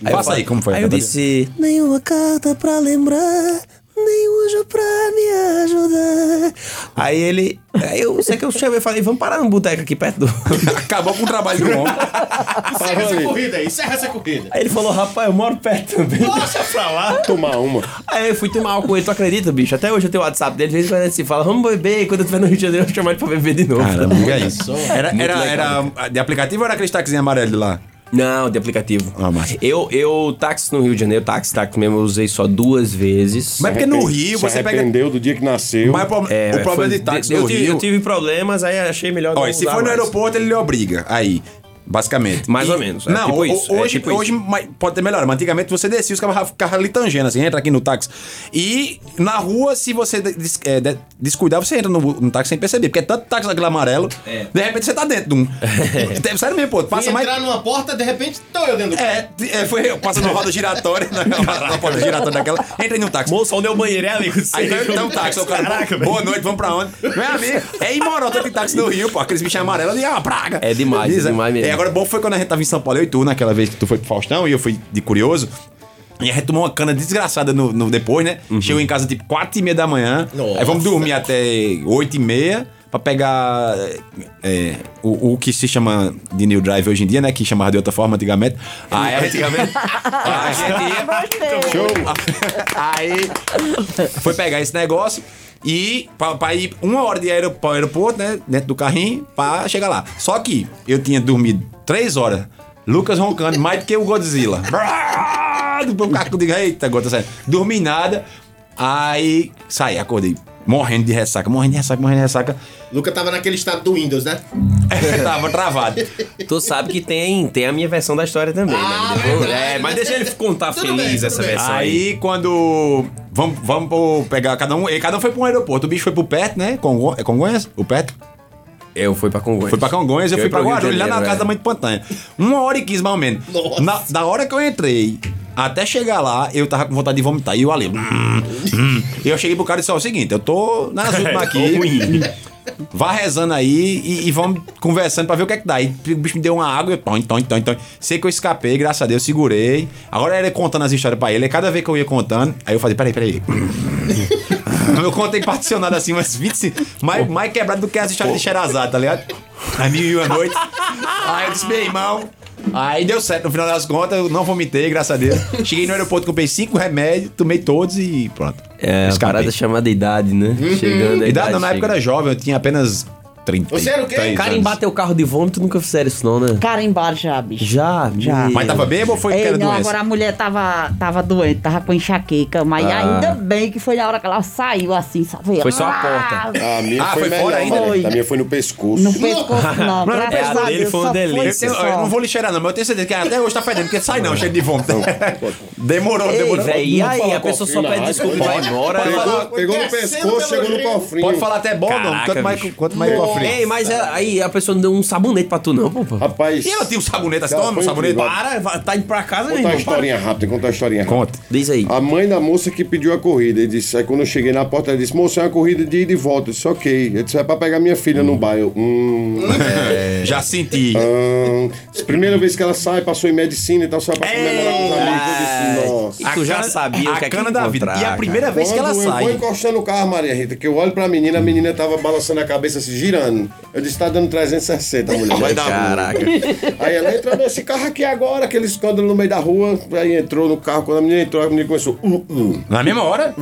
S3: eu
S9: Passa aí, como foi?
S3: Aí eu
S9: Canta
S3: disse: Nenhuma carta pra lembrar. Nem um anjo pra me ajudar. Aí ele. Aí eu sei que eu chamei e falei, vamos parar num boteco aqui perto do.
S9: Acabou com o trabalho do homem.
S5: Encerra essa corrida aí, encerra essa corrida.
S3: Aí ele falou, rapaz, eu moro perto também, deixa pra lá.
S7: Tomar uma.
S3: Aí eu fui tomar álcool com ele, tu acredita, bicho? Até hoje eu tenho o WhatsApp dele, de vez em quando ele se fala, vamos beber, e quando eu tiver no Rio de Janeiro eu vou chamar ele pra beber de novo.
S9: Caramba, olha isso. Era, era, era de aplicativo ou era aquele taxizinho amarelo de lá?
S3: Não, de aplicativo.
S9: Ah, mas-
S3: Eu, eu, táxi no Rio de Janeiro, táxi, táxi mesmo, eu usei só duas vezes.
S9: Mas porque no Rio
S7: Se
S9: você pega.
S7: arrependeu do dia que nasceu.
S9: Mas o pro-
S3: É,
S9: o problema
S3: foi-
S9: de táxi
S3: eu
S9: no
S3: tive,
S9: Rio.
S3: Eu tive problemas, aí achei melhor não
S9: Olha, se
S3: usar
S9: for no
S3: mais.
S9: aeroporto, ele lhe obriga. Aí. Basicamente.
S3: Mais ou menos, é
S9: não,
S3: tipo
S9: o-
S3: isso, é
S9: hoje,
S3: tipo
S9: hoje mas pode ter melhor. Mas antigamente você descia, os caras ficavam ali tangendo, assim, entra aqui no táxi. E na rua, se você des- é, de- descuidar, você entra no, no táxi sem perceber. Porque é tanto táxi daquele amarelo,
S3: É.
S9: de repente você tá dentro de um. Sério mesmo, pô,
S5: Passa
S9: passa mais.
S5: entrar numa porta, de repente, tô eu dentro do carro.
S9: É, é, foi eu passando roda giratória, né? na, na, na porta giratória daquela, entrei no táxi.
S3: Moça, onde é o banheiro? É ali que você-
S9: Aí tem um táxi, o cara, boa noite, vamos pra onde? Meu amigo, é imoral ter táxi no Rio, pô, aqueles bichos amarelos ali, é uma praga.
S3: É demais, é demais mesmo.
S9: E agora, bom foi quando a gente tava em São Paulo, eu e tu, naquela vez que tu foi pro Faustão e eu fui de curioso, e a gente tomou uma cana desgraçada no, no- depois, né?
S3: Uhum.
S9: Chegou em casa tipo 4 e meia da manhã, aí vamos dormir até 8 e meia pra pegar é, o, o que se chama de New Drive hoje em dia, né? Que chamava de outra forma antigamente. Aí antigamente a gente ia
S8: Gostei.
S7: Show.
S9: Aí foi pegar esse negócio e pra, pra ir uma hora de aer pro aeroporto, né? Dentro do carrinho, pra chegar lá. Só que eu tinha dormido três horas. Lucas roncando mais do que o Godzilla. Brrrr, Do cara que eu digo, eita, gota saindo. Dormi nada. Aí saí, acordei. Morrendo de ressaca, morrendo de ressaca, morrendo de ressaca.
S5: Luca tava naquele estado do Windows, né?
S9: Tava travado.
S3: Tu sabe que tem, tem a minha versão da história também,
S5: Ah,
S3: né? Depois-
S5: verdade.
S3: é, mas deixa ele contar
S5: Tudo
S3: feliz
S5: bem, tudo
S3: essa
S5: bem.
S3: versão É aí.
S9: Aí quando. Vamos, vamos pro- pegar cada um. e Cada um foi pra um aeroporto. O bicho foi pro perto, né? Congo, é Congonhas? O perto?
S3: Eu fui pra Congonhas.
S9: Fui pra Congonhas, eu, fui pra
S3: pro Rio de
S9: Guarulhos, lá na
S3: Janeiro,
S9: casa da
S3: é.
S9: mãe de Pantanha. Uma hora e quinze, mais ou menos.
S5: Nossa.
S9: Na- da hora que eu entrei até chegar lá, eu tava com vontade de vomitar. E eu ali. hum, hum. E eu cheguei pro cara e disse: Ó, é o seguinte, eu tô nas
S3: É,
S9: últimas aqui. Vá rezando aí e, e vamos conversando pra ver o que é que dá. E o bicho me deu uma água, e eu, tom, tom, tom, tom. Sei que eu escapei, graças a Deus, segurei. Agora era contando as histórias pra ele, e cada vez que eu ia contando, aí eu fazia, peraí, peraí. Eu contei particionado assim, umas 25. Mais, mais quebrado do que as histórias de Xerazade, tá ligado? Aí mil e uma noite. Aí eu disse, meu irmão. Aí deu certo, no final das contas, eu não vomitei, graças a Deus. Cheguei no aeroporto, comprei cinco remédios, tomei todos e pronto.
S3: É, a
S9: Escapei.
S3: parada chamada idade, né? Chegando a
S9: Uhum. Idade, não, na
S3: chega.
S9: época eu era jovem, eu tinha apenas 30
S5: Você era o quê?
S9: anos.
S3: Carimbar teu carro de vômito nunca fizeram isso, não, né?
S8: Carimbar já, bicho.
S3: Já,
S8: Já.
S3: meu.
S9: Mas tava bêbado ou foi
S3: é
S9: que
S8: Ei,
S9: era
S8: não,
S9: doença?
S8: agora a mulher tava, tava doente, tava com enxaqueca, mas ainda bem que foi na hora que ela saiu assim, sabe?
S3: Ah. Foi só a porta. Ah.
S7: A minha
S9: Ah,
S7: foi,
S9: foi
S7: melhor,
S9: fora ainda?
S7: velho.
S8: Foi.
S7: A minha foi no pescoço.
S8: Não fez corpo,
S9: Mano,
S8: não. Graças
S9: a
S8: a
S3: dele
S8: Deus,
S3: foi um uma
S8: só
S9: Eu,
S3: delícia.
S8: Foi
S9: tenho- eu não vou lhe cheirar, não, mas eu tenho certeza que até hoje tá fedendo, porque sai não, cheiro de vômito. Demorou,
S3: Ei,
S9: demorou.
S3: velho, e aí? A pessoa só
S7: Confio na
S3: pede
S7: rádio,
S3: desculpa e vai
S7: pode.
S3: embora.
S7: Pegou, pegou no pescoço, chegou no cofrinho.
S9: Pode falar até bom ou não,
S3: Caraca,
S9: quanto mais,
S3: bicho.
S9: quanto mais cofre.
S3: Ei, mas é- aí a pessoa não deu um sabonete pra tu, não, pô. É, pô.
S7: Rapaz,
S9: E ela tinha um sabonete assim,
S7: Cara,
S9: toma um
S7: foi
S9: sabonete.
S7: incrível.
S9: Para, vai- tá indo pra casa,
S7: contar uma historinha rápida, contar uma historinha rápida.
S9: Conta.
S3: Diz aí.
S7: A mãe da moça que pediu a corrida. Ele disse, aí quando eu cheguei na porta, ela disse, moça, é uma corrida de ida e volta. Eu disse, ok. Ele disse, é pra pegar minha filha no bairro. Hum.
S9: Já senti.
S7: hum. Disse, Primeira vez que ela sai, passou em medicina e tal, saiu pra comemorar com os amigos. Eu disse,
S3: E
S7: nossa.
S3: tu já
S9: cana-
S3: sabia o
S9: a
S3: que é que
S9: cana da vida.
S3: encontrar,
S9: E a primeira
S3: cara.
S9: vez que ela
S7: Quando eu vou
S9: sai.
S7: encostando o carro, Maria Rita, que eu olho pra menina, a menina tava balançando a cabeça, assim, girando. Eu disse, tá dando 360, mulher. Vai dar ruim.
S3: Caraca.
S7: Aí ela entrou nesse carro aqui agora, aquele escândalo no meio da rua. Aí entrou no carro, quando a menina entrou, a menina começou. "Uh, uh."
S9: Na mesma hora?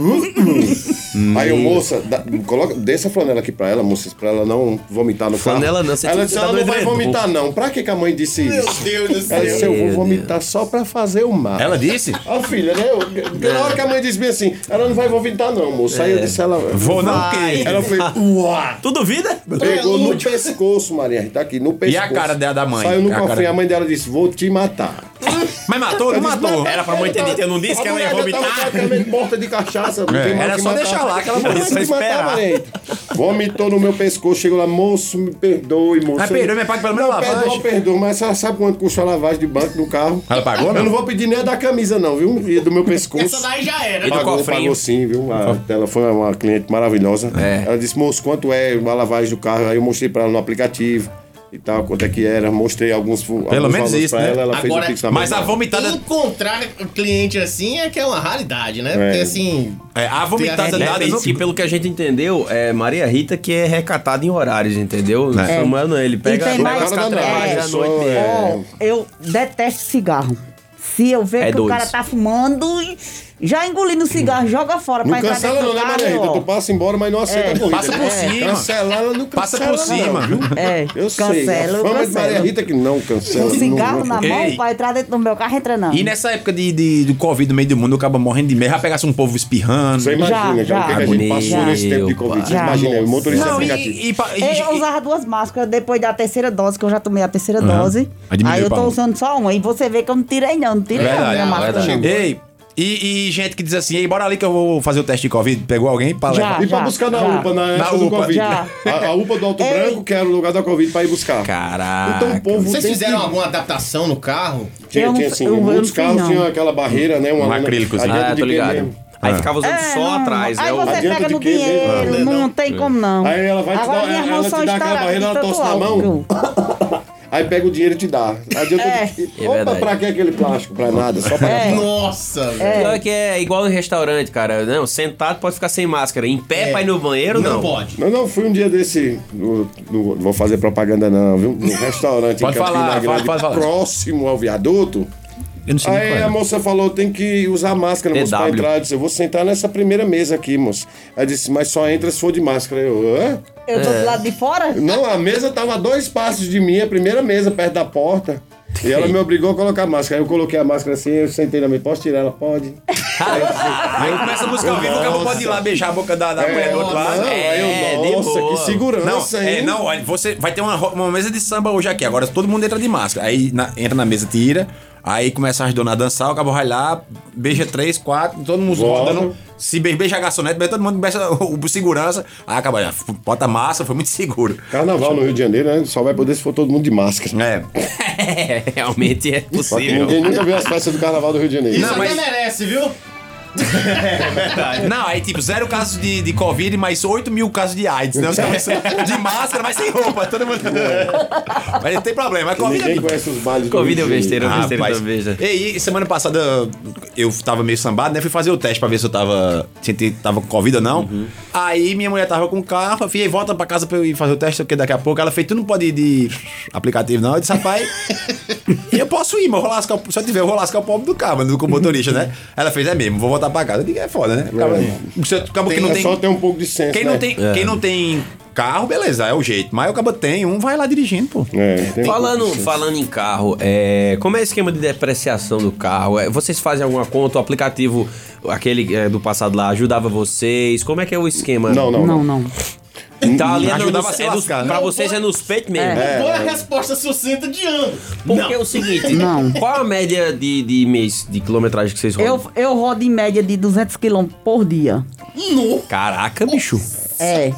S7: Aí o moça, dá- coloca, dê essa flanela aqui pra ela, moça, pra ela não vomitar no
S3: Flanela
S7: carro.
S3: não, você tinha
S7: Ela
S3: que
S7: disse,
S3: dar
S7: ela
S3: no
S7: não vai
S3: edredom.
S7: vomitar, não. Pra que, que a mãe disse isso?
S5: Meu Deus do
S7: Ela
S5: céu.
S7: disse, eu vou vomitar só pra fazer o mal.
S9: Ela disse?
S7: Ó, filha, né? Eu- Porque na hora que a mãe disse bem assim, ela não vai vomitar, não, moça. Aí eu disse, ela.
S9: É. Vou não,
S7: Aí
S9: quê?
S7: Ela foi, uá!
S3: Tu duvida?
S7: Pegou no pescoço, Maria Rita, aqui, no pescoço.
S9: a cara dela da mãe?
S7: Saiu
S9: A
S7: no
S9: cara-
S7: cofrinho, a mãe dela disse, vou te matar.
S9: Mas matou, não matou.
S7: Era pra mãe ter dito, eu não disse que ela ia vomitar. praticamente morta de cachaça. não tem mais
S9: É, Era
S7: o que
S9: só
S7: matar.
S9: deixar lá que ela morreu,
S7: Não tem
S9: só
S7: o que matar,
S9: esperar.
S7: Maria. Vomitou no meu pescoço, chegou lá, moço, me perdoe, moço.
S9: Mas perdoe, mas paga pelo menos
S7: Não,
S9: a lavagem.
S7: perdoa, perdoa, mas você sabe quanto custou a lavagem de banco do carro?
S9: Ela pagou,
S7: Eu
S9: não?
S7: não vou pedir nem a da camisa, não, viu? E do meu pescoço.
S5: Essa daí já
S9: é
S5: era.
S3: E do
S7: Pagou,
S3: cofrinho?
S7: pagou sim, viu? A- ela foi uma cliente maravilhosa. Ela disse, moço, quanto é a lavagem do carro? Aí eu mostrei pra ela no aplicativo e tal, quanto é que era. Mostrei alguns Pelo alguns
S9: menos
S7: valores
S9: isso,
S7: pra
S9: né?
S7: ela, ela fez
S5: Agora-
S7: o pix na
S9: Mas a
S7: mesma hora.
S9: vomitada.
S5: Encontrar cliente assim é que é uma raridade, né? Porque assim.
S9: É, a vomitada
S5: Tem a
S9: dada
S5: remédio,
S9: no.
S5: sim.
S3: E pelo que a gente entendeu, é Maria Rita que é recatada em horários, entendeu?
S9: É.
S3: Samuel não, ele pega
S8: tem
S3: pega
S8: mais-
S3: as quatro
S7: Cara,
S3: horas da
S7: é,
S3: noite
S7: só-
S3: dele.
S8: Ó, eu detesto cigarro. Se eu ver
S3: É
S8: que
S3: dois.
S8: o cara tá fumando, e já engolindo o cigarro, joga fora.
S7: Não
S8: pra entrar
S7: cancela
S8: dentro
S7: não,
S8: do
S7: né, Maria
S8: carro,
S7: Rita?
S8: ó.
S7: Tu passa embora, mas não aceita a corrida.
S9: Passa por cima.
S7: Cancela, ela não
S9: Passa
S7: cancela,
S9: por
S7: não,
S9: cima.
S7: viu?
S8: É,
S7: Eu sei. A
S8: cancela, eu
S7: fama de Maria
S8: cancelo.
S7: Rita que não cancela.
S8: Com
S7: não-
S8: Tipo cigarro na
S7: não-
S9: Ei.
S8: mão, pra entrar dentro do meu carro, entra não.
S9: E nessa época de, de- do Covid no meio do mundo, eu acaba morrendo de merda. Já pegasse um povo espirrando.
S7: Você imagina, já,
S8: já.
S7: o que, que a gente passou
S3: Meu
S7: nesse tempo de Covid. Você
S8: pai.
S7: imagina, motorista
S9: Não, e,
S7: aplicativo.
S9: e, pa- e-
S8: Eu
S9: e-
S8: usava duas máscaras depois da terceira dose, que eu já tomei a terceira
S9: Aham.
S8: dose.
S9: Aí diminuiu
S8: Aí eu
S9: pra
S8: tô
S9: um.
S8: usando só uma. E você vê que eu não tirei, não. Não tirei a minha máscara,
S7: verdade.
S8: não.
S9: Ei, e, e gente que diz assim, ei, bora ali que eu vou fazer o teste de Covid. Pegou alguém pra
S8: Já.
S9: levar.
S7: E pra
S8: Já,
S7: buscar na
S8: já.
S7: UPA, na época do
S9: UPA.
S7: Covid.
S8: Já.
S7: A, a UPA do Alto
S8: Ei.
S7: Branco, que era o lugar da Covid, pra ir buscar.
S9: Caraca.
S7: Então o povo
S5: Vocês
S7: tem
S5: fizeram
S7: que...
S5: alguma adaptação no carro?
S7: Tinha,
S8: Eu não-
S7: tinha assim,
S8: eu- eu não
S7: muitos
S8: fiz,
S7: carros
S8: não.
S7: tinham aquela barreira, né? Uma,
S9: Um acrílicozinho.
S7: adianta
S3: Ah,
S7: de
S3: tô ligado.
S7: quem-
S3: Aí ficava usando
S8: É,
S3: só
S8: não.
S3: atrás, né?
S8: Aí
S3: o-
S8: você
S7: Adianta
S8: pega
S7: de
S8: no
S7: quê, né?
S8: dinheiro,
S7: É,
S8: não, tem como não.
S7: Aí ela vai te
S8: Agora
S7: dar-
S8: minha
S7: ela
S8: mão
S7: te
S8: só
S7: dá aquela
S8: estourada
S7: barreira,
S8: de
S7: ela
S8: tanto
S7: torce na
S8: álcool.
S7: mão. Aí pega o dinheiro e te dá. Adianta
S8: É.
S7: de...
S3: É
S7: Opa,
S3: verdade.
S7: pra que aquele plástico? Pra nada, só pra...
S8: É.
S5: Nossa, velho.
S3: Pior que é igual em restaurante, cara. Não, sentado pode ficar sem máscara. Em pé pra ir no banheiro, não.
S5: Não pode.
S7: Não, não, fui um dia desse. No, no- não vou fazer propaganda, não, viu? No restaurante
S9: Pode falar, fala, pode falar.
S7: próximo ao viaduto.
S9: Eu não sei nem
S7: Aí a
S9: qual é.
S7: moça falou: tem que usar máscara, moço, pra
S3: TW.
S7: entrar. Eu disse: eu vou sentar nessa primeira mesa aqui, moço. Ela disse: mas só entra se for de máscara. Eu, hã? É.
S8: Eu tô do lado de fora?
S7: Não, a mesa tava a dois passos de mim, a primeira mesa perto da porta. E ela me obrigou a colocar máscara. Aí eu coloquei a máscara assim, eu sentei na mesa. Posso tirar? Ela pode.
S9: Aí começa a música ao vivo, o cara pode ir lá beijar a boca da, da mulher do outro lado.
S7: não, aí eu,
S3: de
S7: nossa,
S3: boa.
S7: que segurança,
S9: É, Não,
S7: hein?
S9: é, não, olha, você vai ter uma, ro- uma mesa de samba hoje aqui. Agora todo mundo entra de máscara. Aí na- entra na mesa, tira. Aí começa as donas a dançar, o cabo vai lá, beija três, quatro, todo mundo
S7: Volta.
S9: rodando. Se be- beija a garçonete, beija todo mundo, beija o, o segurança. Aí acaba, já, f- bota massa, foi muito seguro.
S7: Carnaval no Rio de Janeiro, né? Só vai poder se for todo mundo de máscara.
S9: É.
S3: É, realmente é
S7: Só que
S3: possível.
S7: ninguém nunca viu as festas do carnaval do Rio de Janeiro.
S5: Isso
S9: mas-
S5: até merece, viu?
S9: Não, aí tipo, zero casos de, de Covid, mas 8 mil casos de AIDS, né? Os caras de máscara, mas sem roupa, todo mundo. mas não tem problema, a Covid é
S7: É. Ninguém conhece os bailes do
S3: Covid é
S7: Rio de
S3: besteira,
S7: Janeiro.
S3: é besteira
S9: Ah, Rapaz.
S3: da veja.
S8: né?
S9: Ei, e semana passada eu tava meio sambado, né? Fui fazer o teste pra ver se eu tava. Se eu tava com Covid ou não.
S8: Uhum.
S9: Aí minha mulher tava com o carro, eu falei, volta pra casa pra eu ir fazer o teste, porque daqui a pouco ela fez, tu não pode ir de aplicativo, não. Eu disse, rapaz, eu posso ir, mas eu vou lascar, o- se eu tiver, eu vou lascar o pobre do carro, do motorista, né? Ela fez, é mesmo, vou
S8: É.
S9: voltar pra casa. Eu digo, é foda, né? Acaba, se eu- acaba que não
S7: É
S9: tem.
S7: só ter um pouco de senso,
S9: Quem
S7: né?
S9: não tem, quem não tem carro, beleza, é o jeito. Mas o cabo tem um, vai lá dirigindo, pô.
S7: É, tem
S3: Falando, falando em carro, é, como é o esquema de depreciação do carro? É, vocês fazem alguma conta? O aplicativo, aquele é, do passado lá, ajudava vocês? Como é que é o esquema?
S7: Não, não,
S8: Não,
S7: não.
S8: não.
S3: Tá ali é no-
S9: Ajudava a se
S3: é nos,
S9: lascar, né?
S3: Pra vocês é nos peitos mesmo.
S8: É.
S11: Qual é a resposta sucinta de ano?
S3: Porque é o seguinte,
S8: Não.
S3: qual a média de, de mês, de quilometragem que vocês rodam?
S8: Eu, eu rodo em média de 200 km por dia.
S3: Caraca, bicho.
S8: É.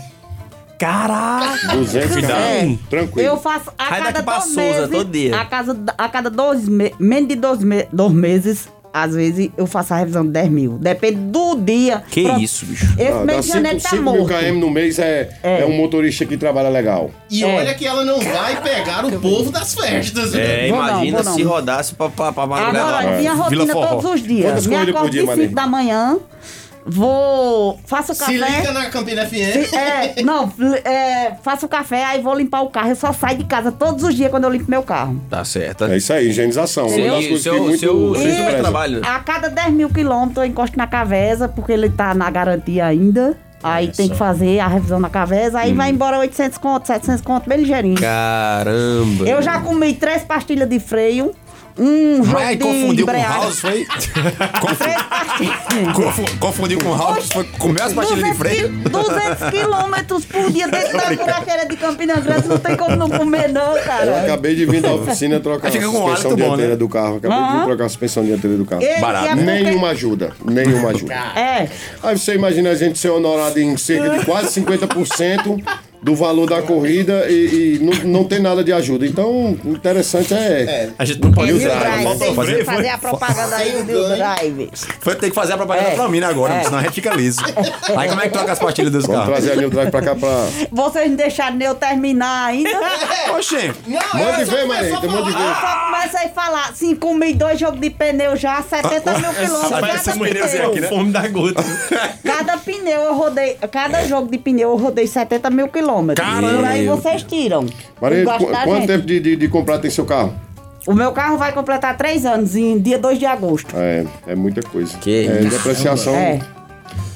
S3: Caraca.
S7: 200
S8: É.
S7: reais. Tranquilo.
S8: Eu faço a
S3: Vai
S8: cada
S3: daqui pra
S8: dois
S3: Souza,
S8: meses.
S3: todo dia.
S8: A, casa, a cada dois meses. Menos de dois, me- dois meses, às vezes, eu faço a revisão de 10 mil. Depende do dia.
S3: Que
S8: Pronto.
S3: isso, bicho.
S8: Esse
S7: Ah, dá
S8: mês de janeiro
S7: 5,
S8: tá
S7: 5 mil
S8: morto.
S7: km no mês é, é.
S8: É.
S7: um motorista que trabalha legal.
S11: E
S8: É.
S11: olha que ela não vai pegar o povo das festas, né?
S3: É,
S8: Vou não,
S3: imagina
S8: vou não.
S3: se rodasse pra, pra, pra madrugada.
S8: Agora, minha
S9: Vila
S8: rotina
S9: Forró.
S8: todos os dias.
S7: É. Quantas
S8: Me
S7: corridas por
S8: acordo
S7: dia,
S8: de 5
S7: Marinho?
S8: da manhã. Vou. Faço o
S11: Se liga
S8: café.
S11: na Campina FM.
S8: Se- É, não, é, faço o café, aí vou limpar o carro. Eu só saio de casa todos os dias quando eu limpo meu carro.
S3: Tá certo.
S7: É isso aí, higienização. é uma das
S3: Seu,
S7: coisas que
S3: seu, seu,
S7: muito se
S3: seu instrumento de
S7: preza.
S3: trabalho, né?
S8: A cada 10 mil quilômetros eu encosto na Caveza, porque ele tá na garantia ainda. Aí tem que fazer a revisão na Caveza,
S9: Hum.
S8: aí vai embora 800 conto, 700 conto, bem ligeirinho.
S3: Caramba.
S8: Eu já comi três pastilhas de freio, um jogo
S9: Vai,
S8: de
S9: confundiu com o
S8: embreagem.
S9: House, foi?
S8: Três pastilhas.
S9: Confu- Confundiu com o House, foi, comeu as pastilhas de
S8: 200
S9: freio.
S8: quil- 200 quilômetros por dia dentro da buraqueira de Campina Grande, não tem como não comer não,
S7: Eu
S8: cara.
S7: acabei de vir da oficina trocar a
S9: Aí fica com um
S7: suspensão
S9: hálito bom,
S7: dianteira
S9: né?
S7: do carro. Acabei de vir
S8: Aham.
S7: trocar a suspensão dianteira do carro.
S8: Ele é porque-
S7: Nenhuma ajuda, nenhuma ajuda.
S8: É,
S7: Aí você imagina a gente ser honorado em cerca de quase 50% do valor da corrida e, e não, não tem nada de ajuda. Então, o interessante é.
S11: É.
S9: A gente não pode
S8: New
S9: usar. não
S8: Drive.
S9: pode
S8: Tem
S9: fazer. um
S8: que fazer a propaganda aí do New Drive.
S9: Foi ter que fazer a propaganda
S8: É.
S9: pra mim agora,
S8: É.
S9: senão a gente fica liso. Aí como é que troca as pastilhas dos
S7: Vamos
S9: carros?
S7: trazer a New Drive pra cá pra.
S8: Vocês não deixaram nem eu terminar ainda.
S9: Oxê,
S11: Não,
S7: Mande
S11: eu só começo
S7: ver,
S11: a
S7: Marita, mande
S11: falar.
S8: Eu
S7: ver.
S8: só comecei a falar, 5 mil, dois jogos de pneu já, 70
S9: Ah,
S8: mil quilômetros cada pneu.
S9: né?
S3: Fome da gota.
S8: Cada pneu eu rodei, cada jogo de pneu eu rodei 70 mil quilômetros.
S3: Caramba!
S8: Por aí vocês tiram. Eu
S7: Marita,
S8: gosto
S7: qu-
S8: da
S7: quanto
S8: gente.
S7: tempo de, de, de comprar tem seu carro?
S8: O meu carro vai completar 3 anos em dia 2 de agosto.
S7: É, é muita coisa.
S3: Que
S7: é,
S3: isso, Então,
S7: depreciação.
S8: É.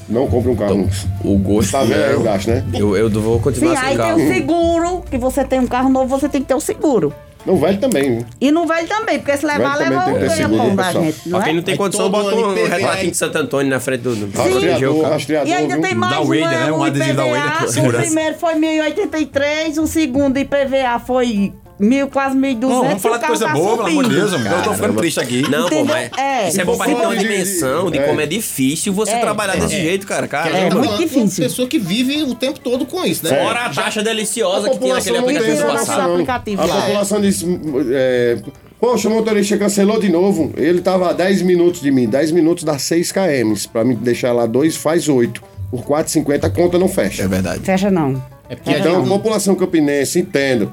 S7: Não compra um carro. nunca.
S3: O gosto.
S7: Tá vendo aí o gasto, né?
S3: Eu, eu vou
S8: Sim,
S3: continuar sem
S8: aí tem um
S3: carro.
S8: o seguro, que você tem um carro novo, você tem que ter o seguro.
S7: Não vale também. né?
S8: E não vale também, porque se levar,
S7: Velho também
S8: leva
S7: tem
S8: o
S7: que ter
S8: ganha-pão
S7: seguro,
S8: da
S7: pessoal.
S8: gente, não
S3: Pra
S8: é?
S3: quem não tem condição,
S11: todo
S3: bota
S11: ano
S3: um
S11: IPVA,
S3: retratinho
S11: hein?
S3: de Santo Antônio na frente do.
S7: Tá
S3: do-
S7: Rastreador, rastreador.
S8: E ainda
S7: viu?
S8: tem mais
S9: Da
S8: um,
S9: Wade,
S8: é
S9: né? Um
S8: o
S9: adesivo da Wade, né?
S8: IPVA. O
S9: Segurança.
S8: primeiro foi 1083, o segundo IPVA foi mil, quase 1.200.
S9: Não, vamos falar
S8: e
S9: de
S8: o carro
S9: coisa
S8: tá
S9: boa, pelo amor de
S8: subindo.
S9: Deus, amigo. Eu tô ficando triste aqui.
S3: Não, pô,
S8: Entendeu?
S3: mas
S8: É,
S3: isso é bom pra gente ter uma
S7: de- de-
S3: dimensão de
S7: é.
S3: como é difícil você
S8: É,
S3: trabalhar desse
S11: é.
S3: jeito,
S11: A
S3: cara.
S11: gente
S8: É,
S11: tá
S3: Caramba.
S8: muito
S11: falando com
S8: difícil.
S11: Uma pessoa que vive o tempo todo com isso, né?
S3: Fora a taxa deliciosa
S11: A
S3: que tem naquele
S11: população não
S3: aplicativo
S8: tem
S3: do
S8: essa
S3: passado.
S8: noção. aplicativo.
S7: A
S8: Lá, é.
S7: população diz. é, Poxa, o motorista cancelou de novo. Ele tava a 10 minutos de mim. 10 minutos dá 6 km. Pra me deixar lá 2, faz 8. Por 4,50 a conta não fecha.
S9: É verdade.
S8: Fecha não.
S11: É porque a
S7: Então,
S11: gente-
S7: população campinense, entendo.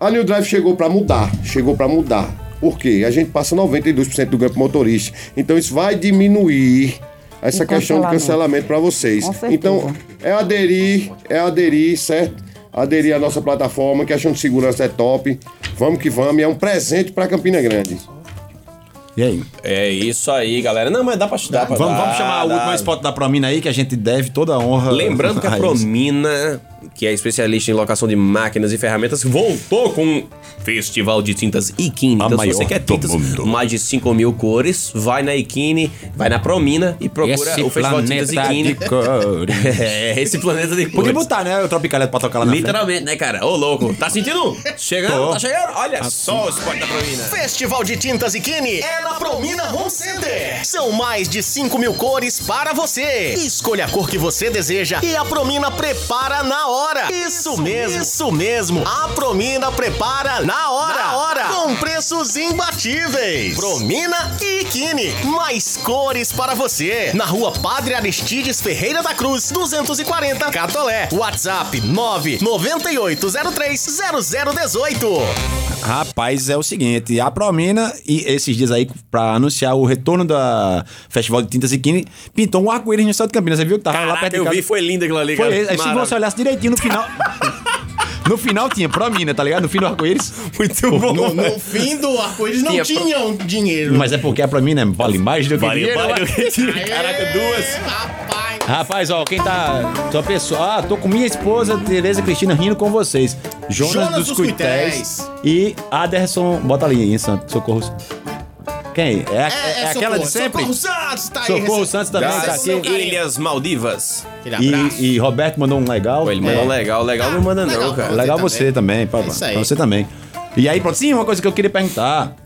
S7: A New Drive chegou pra mudar, chegou pra mudar. Por quê? A gente passa 92% do ganho pro motorista. Então isso vai diminuir essa
S8: O
S7: questão do
S8: Um cancelamento.
S7: cancelamento pra vocês.
S8: Com certeza.
S7: Então, é aderir, é aderir, certo? Aderir à nossa plataforma, que a questão de segurança é top. Vamos que vamos, e é um presente pra Campina Grande.
S9: E aí?
S3: É isso aí, galera. Não, mas dá pra dá pra
S9: Vamos,
S3: dar,
S9: vamos chamar o
S3: dá.
S9: último spot da Promina aí, que a gente deve toda a honra.
S3: Lembrando que a
S9: a Ah, isso.
S3: Promina, que é especialista em locação de máquinas e ferramentas, voltou com um festival de tintas Ikine.
S9: A
S3: Então, se
S9: maior
S3: você quer
S9: do
S3: tintas,
S9: mundo.
S3: mais de 5 mil cores, vai na Ikine, vai na Promina e procura
S9: Esse
S3: o festival de tintas
S9: planeta
S3: Ikine.
S9: de cores.
S3: É, esse planeta de cores.
S9: Podia botar, né? O Tropicalha pra tocar lá na frente.
S3: Literalmente, né, cara? Ô, louco. Tá sentindo? Chegando,
S9: Tô.
S3: tá chegando. Olha só o esporte da Promina.
S5: Festival de Tintas e Kine é na Promina Home Center. São mais de 5 mil cores para você. Escolha a cor que você deseja e a Promina prepara na hora. Isso mesmo, isso mesmo. A Promina prepara na hora. Na hora. Com preços imbatíveis. Promina e Kine. Mais cores para você. Na rua Padre Aristides Ferreira da Cruz, 240 Catolé. WhatsApp 998030018.
S9: Rapaz, é o seguinte, a Promina, e esses dias aí, pra anunciar o retorno da Festival de Tintas e Kine, pintou um arco-íris no estado de Campinas. Você viu que tava lá
S3: Caraca,
S9: perto de
S3: eu
S9: casa?
S3: vi, foi lindo aquilo ali,
S9: Foi
S3: cara.
S9: esse. Aí se
S3: Maravilha.
S9: você olhasse direitinho no final... No final tinha Promina, tá ligado? No fim do arco-íris. Muito bom.
S11: No, no fim do arco-íris não
S3: Tinha-
S11: tinham dinheiro.
S9: Mas é porque a Promina vale mais do que
S3: Valeu,
S9: dinheiro.
S3: valeu.
S11: Aê,
S3: Caraca, duas.
S11: Rapaz.
S9: Rapaz, ó, quem tá. Tua pessoa. Ah, tô com minha esposa, Tereza Cristina, rindo com vocês. Jonas,
S5: Jonas
S9: dos,
S5: dos
S9: Cuitéis.
S5: Cuitéis.
S9: E Aderson. Bota ali em Santos, socorro. Quem? É, a- é
S5: É, é
S9: aquela
S5: Socorro.
S9: de sempre?
S5: Socorro Santos tá aí.
S9: Socorro
S5: recebendo-
S9: Santos também tá
S5: recebendo
S9: aqui.
S5: seu carinho.
S4: Ilhas Maldivas.
S5: Aquele abraço.
S9: E, e Roberto mandou um legal.
S4: Pô, ele mandou
S9: É.
S4: legal, legal não manda não,
S5: Legal.
S4: cara.
S9: Legal
S5: Você
S9: você também, pra,
S5: É isso aí.
S9: pra você também. E aí, pronto, sim, uma coisa que eu queria perguntar.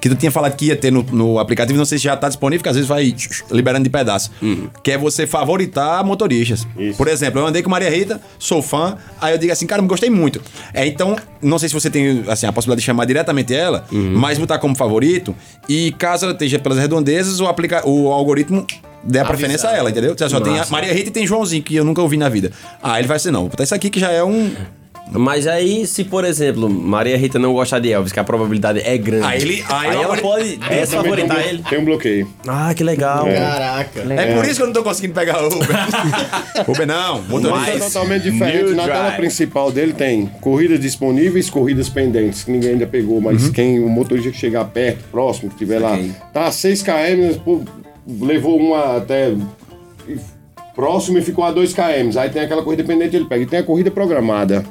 S9: Que tu tinha falado que ia ter no, no aplicativo, não sei se já tá disponível, porque às vezes vai liberando de pedaço.
S5: Uhum.
S9: Que é você favoritar motoristas. Por exemplo, eu andei com Maria Rita, sou fã, aí eu digo assim, cara, me gostei muito. É, então, não sei se você tem assim, a possibilidade de chamar diretamente ela,
S5: Uhum.
S9: mas botar como favorito. E caso ela esteja pelas redondezas, o, aplica o algoritmo der preferência a ela, entendeu? Você só tem a Maria Rita e tem Joãozinho, que eu nunca ouvi na vida. Ah, ele vai ser, não, vou botar isso aqui que já é um.
S3: Mas aí, se por exemplo, Maria Rita não gostar de Elvis, que a probabilidade é grande.
S9: Aí ele- aí
S3: ela
S9: agora-
S3: pode
S7: tem, um
S3: desfavoritar
S7: blo-
S3: ele.
S7: tem um bloqueio.
S3: Ah, que legal.
S5: Caraca.
S9: É por isso que eu não tô conseguindo pegar o Uber. Uber não,
S7: Mas é
S9: motorista.
S7: totalmente diferente.
S4: New
S7: Na tela
S4: Drive.
S7: principal dele tem corridas disponíveis, corridas pendentes, que ninguém ainda pegou, mas quem o motorista que chegar perto, próximo, que tiver lá, tá a 6 km, pô, levou uma até e- próximo e ficou a 2 km. Aí tem aquela corrida pendente, ele pega. E tem a corrida programada.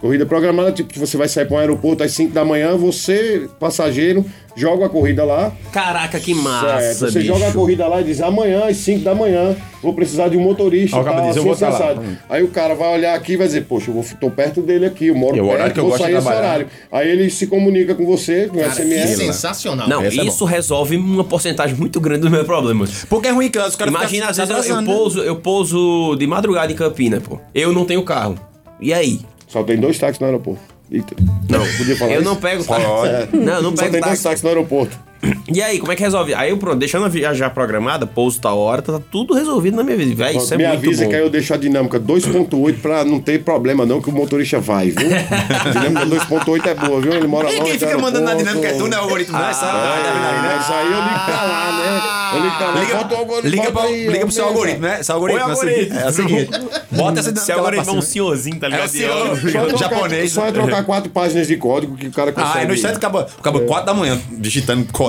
S7: Corrida programada, tipo, que você vai sair para um aeroporto às 5 da manhã, você, passageiro, joga a corrida lá,
S3: Caraca, que
S7: Certo.
S3: massa,
S7: Você
S3: bicho.
S7: joga a corrida lá e diz amanhã às 5 da manhã, vou precisar de um motorista.
S9: Aí o cara
S7: tal, assim,
S9: diz, eu vou tá lá.
S7: assado. Aí o cara vai olhar aqui e vai dizer, poxa, eu vou, tô perto dele aqui, eu moro
S9: É o
S7: perto,
S9: horário que eu
S7: vou
S9: gosto de
S7: sair esse
S9: trabalhar.
S7: horário. Aí ele se comunica com você,
S9: é
S7: com
S5: Que
S9: né?
S7: SMS.
S5: sensacional.
S3: Não,
S9: Essa é
S3: isso resolve uma porcentagem muito grande dos meus problemas.
S9: Porque é ruim, cansa. O cara
S3: Imagina,
S9: fica
S3: às vezes eu, eu,
S9: atrasando, né?
S3: pouso, eu pouso de madrugada em Campina, pô. Eu não tenho carro. E aí?
S7: Só tem dois táxis no aeroporto. Eita. Não, podia falar
S3: Eu
S7: isso?
S3: não pego táxi.
S7: Olha.
S3: Não, eu não
S7: Só
S3: pego
S7: tem dois
S3: táxi.
S7: táxis no aeroporto.
S3: E aí, como é que resolve? Aí eu, pronto, deixando a viajar programada, pouso tal hora, tá tudo resolvido na minha vida. Véi, isso é
S7: Me
S3: muito
S7: avisa
S3: bom.
S7: que aí eu deixo a dinâmica 2.8 pra não ter problema não que o motorista vai, viu? A dinâmica 2.8 é boa, viu? Ele mora
S9: E
S7: longe
S9: quem
S7: do
S9: fica mandando na
S7: aeroporto.
S9: dinâmica é tu, né? O algoritmo não é essa.
S7: Ah, Isso aí eu ligo pra lá, né? Eu ligo pra lá. bota o algoritmo,
S9: Liga,
S7: bota
S9: pra,
S7: aí,
S9: liga pro seu
S7: aumenta.
S9: algoritmo, né? Seu
S4: Oi,
S9: algoritmo. é o seguinte- É o seguinte. Bota essa
S4: Se
S9: dinâmica lá
S4: agora
S9: pra
S4: ele é um
S9: cima.
S4: senhorzinho, tá
S9: É
S4: ligado?
S9: o senhor
S4: De
S7: Só é trocar-
S9: japonês. né?
S7: Só é trocar quatro páginas de código que o cara consegue.
S9: Ah, e no instante acaba, acaba 4 da manhã digitando código.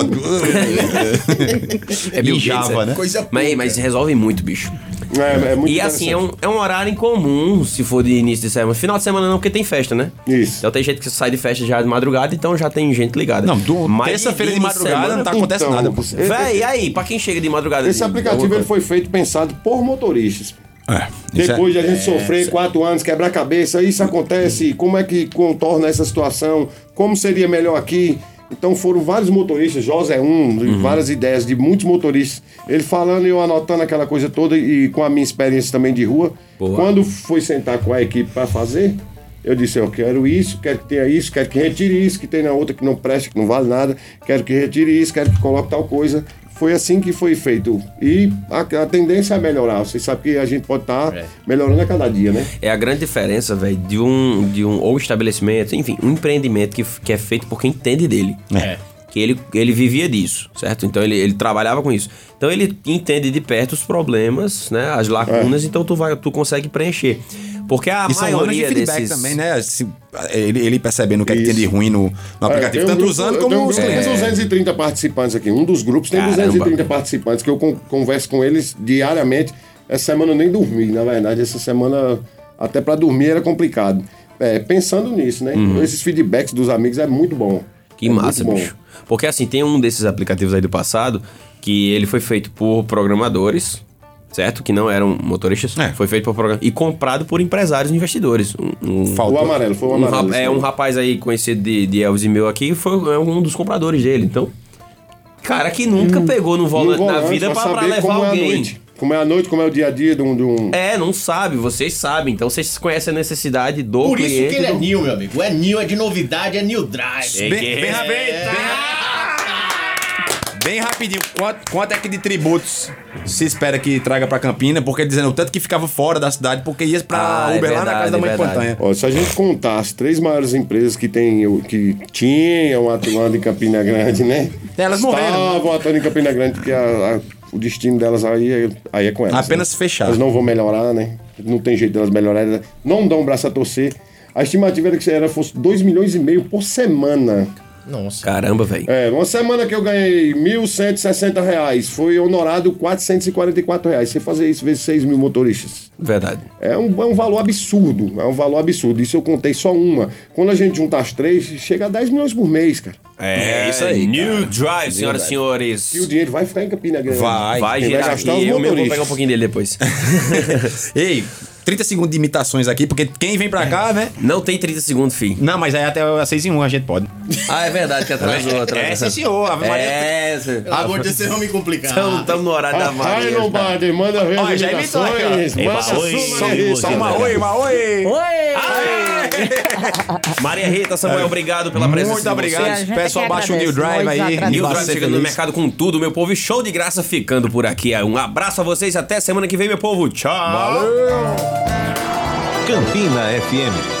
S9: é
S3: Bill
S9: Bill
S3: Gates,
S9: Java,
S3: é.
S9: né?
S5: Coisa
S3: Mas, mas resolve muito, bicho.
S7: É, é muito
S3: E assim, é
S7: interessante.
S3: um, é um horário incomum, se for de início de semana. Final de semana não, porque tem festa, né?
S7: Isso.
S3: Então tem gente que sai de festa já de madrugada, então já tem gente ligada.
S9: Não, do-
S3: Mas
S9: terça-feira de
S3: fim
S9: madrugada
S3: semana-
S9: não tá acontecendo
S7: Então,
S9: nada. pô.
S7: você-
S3: Véi, e aí? Pra quem chega de madrugada...
S7: Esse
S3: de-
S9: É
S7: aplicativo ele foi feito pensado por motoristas.
S9: Isso é-
S7: Depois de a gente sofrer quatro anos, quebrar a cabeça, isso acontece, como é que contorna essa situação, como seria melhor aqui. Então foram vários motoristas, José é um,
S9: Uhum.
S7: várias ideias de muitos motoristas, ele falando e eu anotando aquela coisa toda e com a minha experiência também de rua. Quando foi sentar com a equipe para fazer, eu disse, eu quero isso, quero que tenha isso, quero que retire isso, que tem na outra que não presta, que não vale nada, quero que retire isso, quero que coloque tal coisa. Foi assim que foi feito. E a, a tendência é melhorar. Vocês sabem que a gente pode estar melhorando a cada dia, né?
S3: É a grande diferença, velho, de um, de um ou estabelecimento, enfim, um empreendimento que, f- que é feito por quem entende dele. É. Que ele, ele vivia disso, certo? Então ele, ele trabalhava com isso. Então ele entende de perto os problemas, né? As
S9: É.
S3: lacunas, então tu, vai, tu consegue preencher. Porque a
S9: E são anos é um de
S3: maioria
S9: feedback
S3: desses...
S9: também, né? Se- ele, ele percebendo o que é que
S7: Isso.
S9: tem de ruim no, no aplicativo,
S7: É, tem um
S9: tanto
S7: grupo-
S9: usando
S7: eu tenho
S9: como
S7: um
S9: os
S7: grupo
S9: clientes.
S7: com 230 participantes aqui. Um dos grupos tem
S3: Caramba.
S7: 230 participantes, que eu con- converso com eles diariamente. Essa semana eu nem dormi, na verdade. Essa semana, até para dormir era complicado. É, pensando nisso, né? Esses feedbacks dos amigos é muito bom.
S3: Uhum. Que
S7: É
S3: massa,
S7: muito bom.
S3: bicho. Porque assim, tem um desses aplicativos aí do passado que ele foi feito por programadores, certo? Que não eram motoristas.
S9: É.
S3: Foi feito por programadores. E comprado por empresários e investidores. Um, um-
S7: O amarelo, foi o
S3: um
S7: amarelo.
S3: rap-
S7: esse
S3: é um
S7: aí.
S3: rapaz aí conhecido de, de Elvis e meu aqui, foi é um dos compradores dele. Então, cara que nunca pegou no
S7: No
S3: volante, na
S7: Um volante,
S3: vida
S7: Hum. pra
S3: pra, pra
S7: saber
S3: levar
S7: como É a
S3: alguém.
S7: noite, como é a noite, como é o dia a dia de um. De um...
S3: É, não sabe, vocês sabem. Então vocês conhecem a necessidade do
S5: Por isso
S3: cliente.
S5: que ele é
S3: do-
S5: new, meu amigo. É new, é de novidade, é new drive.
S9: Bem, bem, ra- bem, bem ra- bem rapidinho, quanto, quanto é que de tributos se espera que traga pra Campina? Porque dizendo o tanto que ficava fora da cidade, porque ia pra
S3: Ah, é
S9: Uber lá na casa
S3: verdade,
S9: da mãe
S3: é
S9: de
S3: verdade.
S9: Pantanha.
S7: Ó, se a gente contar as três maiores empresas que, tem, que tinham atuando em Campina Grande, né?
S9: Elas morreram, né?
S7: Estavam atuando em Campina Grande, porque a- a- o destino delas aí, é- aí é com elas.
S9: Apenas
S7: né?
S9: fechar.
S7: Elas não vão melhorar, né? Não tem jeito delas melhorarem. né? Não dão um braço a torcer. A estimativa era que era, fosse 2 milhões e meio por semana.
S5: Nossa.
S12: Caramba, velho.
S7: É, uma semana que eu ganhei 1.160 reais, fui honorado 444 reais. Você fazer isso vezes 6 mil motoristas.
S12: Verdade.
S7: É um, é um valor absurdo, é um valor absurdo. Isso eu contei só uma. Quando a gente junta as três, chega a 10 milhões por mês, cara.
S3: É, isso aí. New Drive, senhoras e senhores.
S7: E o dinheiro vai ficar em Campina Grande.
S9: Vai.
S3: Vai
S7: Quem vai
S3: girar
S7: gastar
S3: aqui.
S7: os
S3: Eu mesmo vou
S7: motoristas.
S3: pegar um pouquinho dele depois.
S9: Ei, 30 segundos de imitações aqui, porque quem vem pra cá, né?
S3: Não tem 30 segundos, filho.
S9: Não, mas aí até as 6 em 1 a gente pode.
S12: Ah, é verdade que atrasou, atrasou.
S9: É, sim, senhor. Ave Maria.
S12: É,
S5: Agora vocês vão me complicar.
S12: estamos no horário da
S7: Vai,
S12: Maria. cara.
S7: Lombardi, manda ver
S9: Ó,
S7: as
S9: já imitou aqui, ó.
S7: imitações.
S3: Ei,
S7: Manda
S3: Baú, hein?
S7: sua
S3: Só um
S7: Marisa.
S3: mozinho,
S9: Uma oi, uma oi.
S8: Oi!
S9: Ah,
S3: Maria Rita, Samuel, obrigado pela presença.
S9: É. Muito
S3: de
S8: A
S9: obrigado.
S8: gente
S9: Pessoal,
S8: é que
S9: baixa o New
S8: agradece.
S9: Drive
S8: Nós
S9: aí.
S8: agradecemos.
S3: New
S9: Vá
S3: Drive
S9: ser
S3: chegando no
S9: feliz.
S3: mercado com tudo, meu povo. E Show de graça ficando por aqui. Um abraço a vocês até semana que vem, meu povo. Tchau.
S13: Campina FM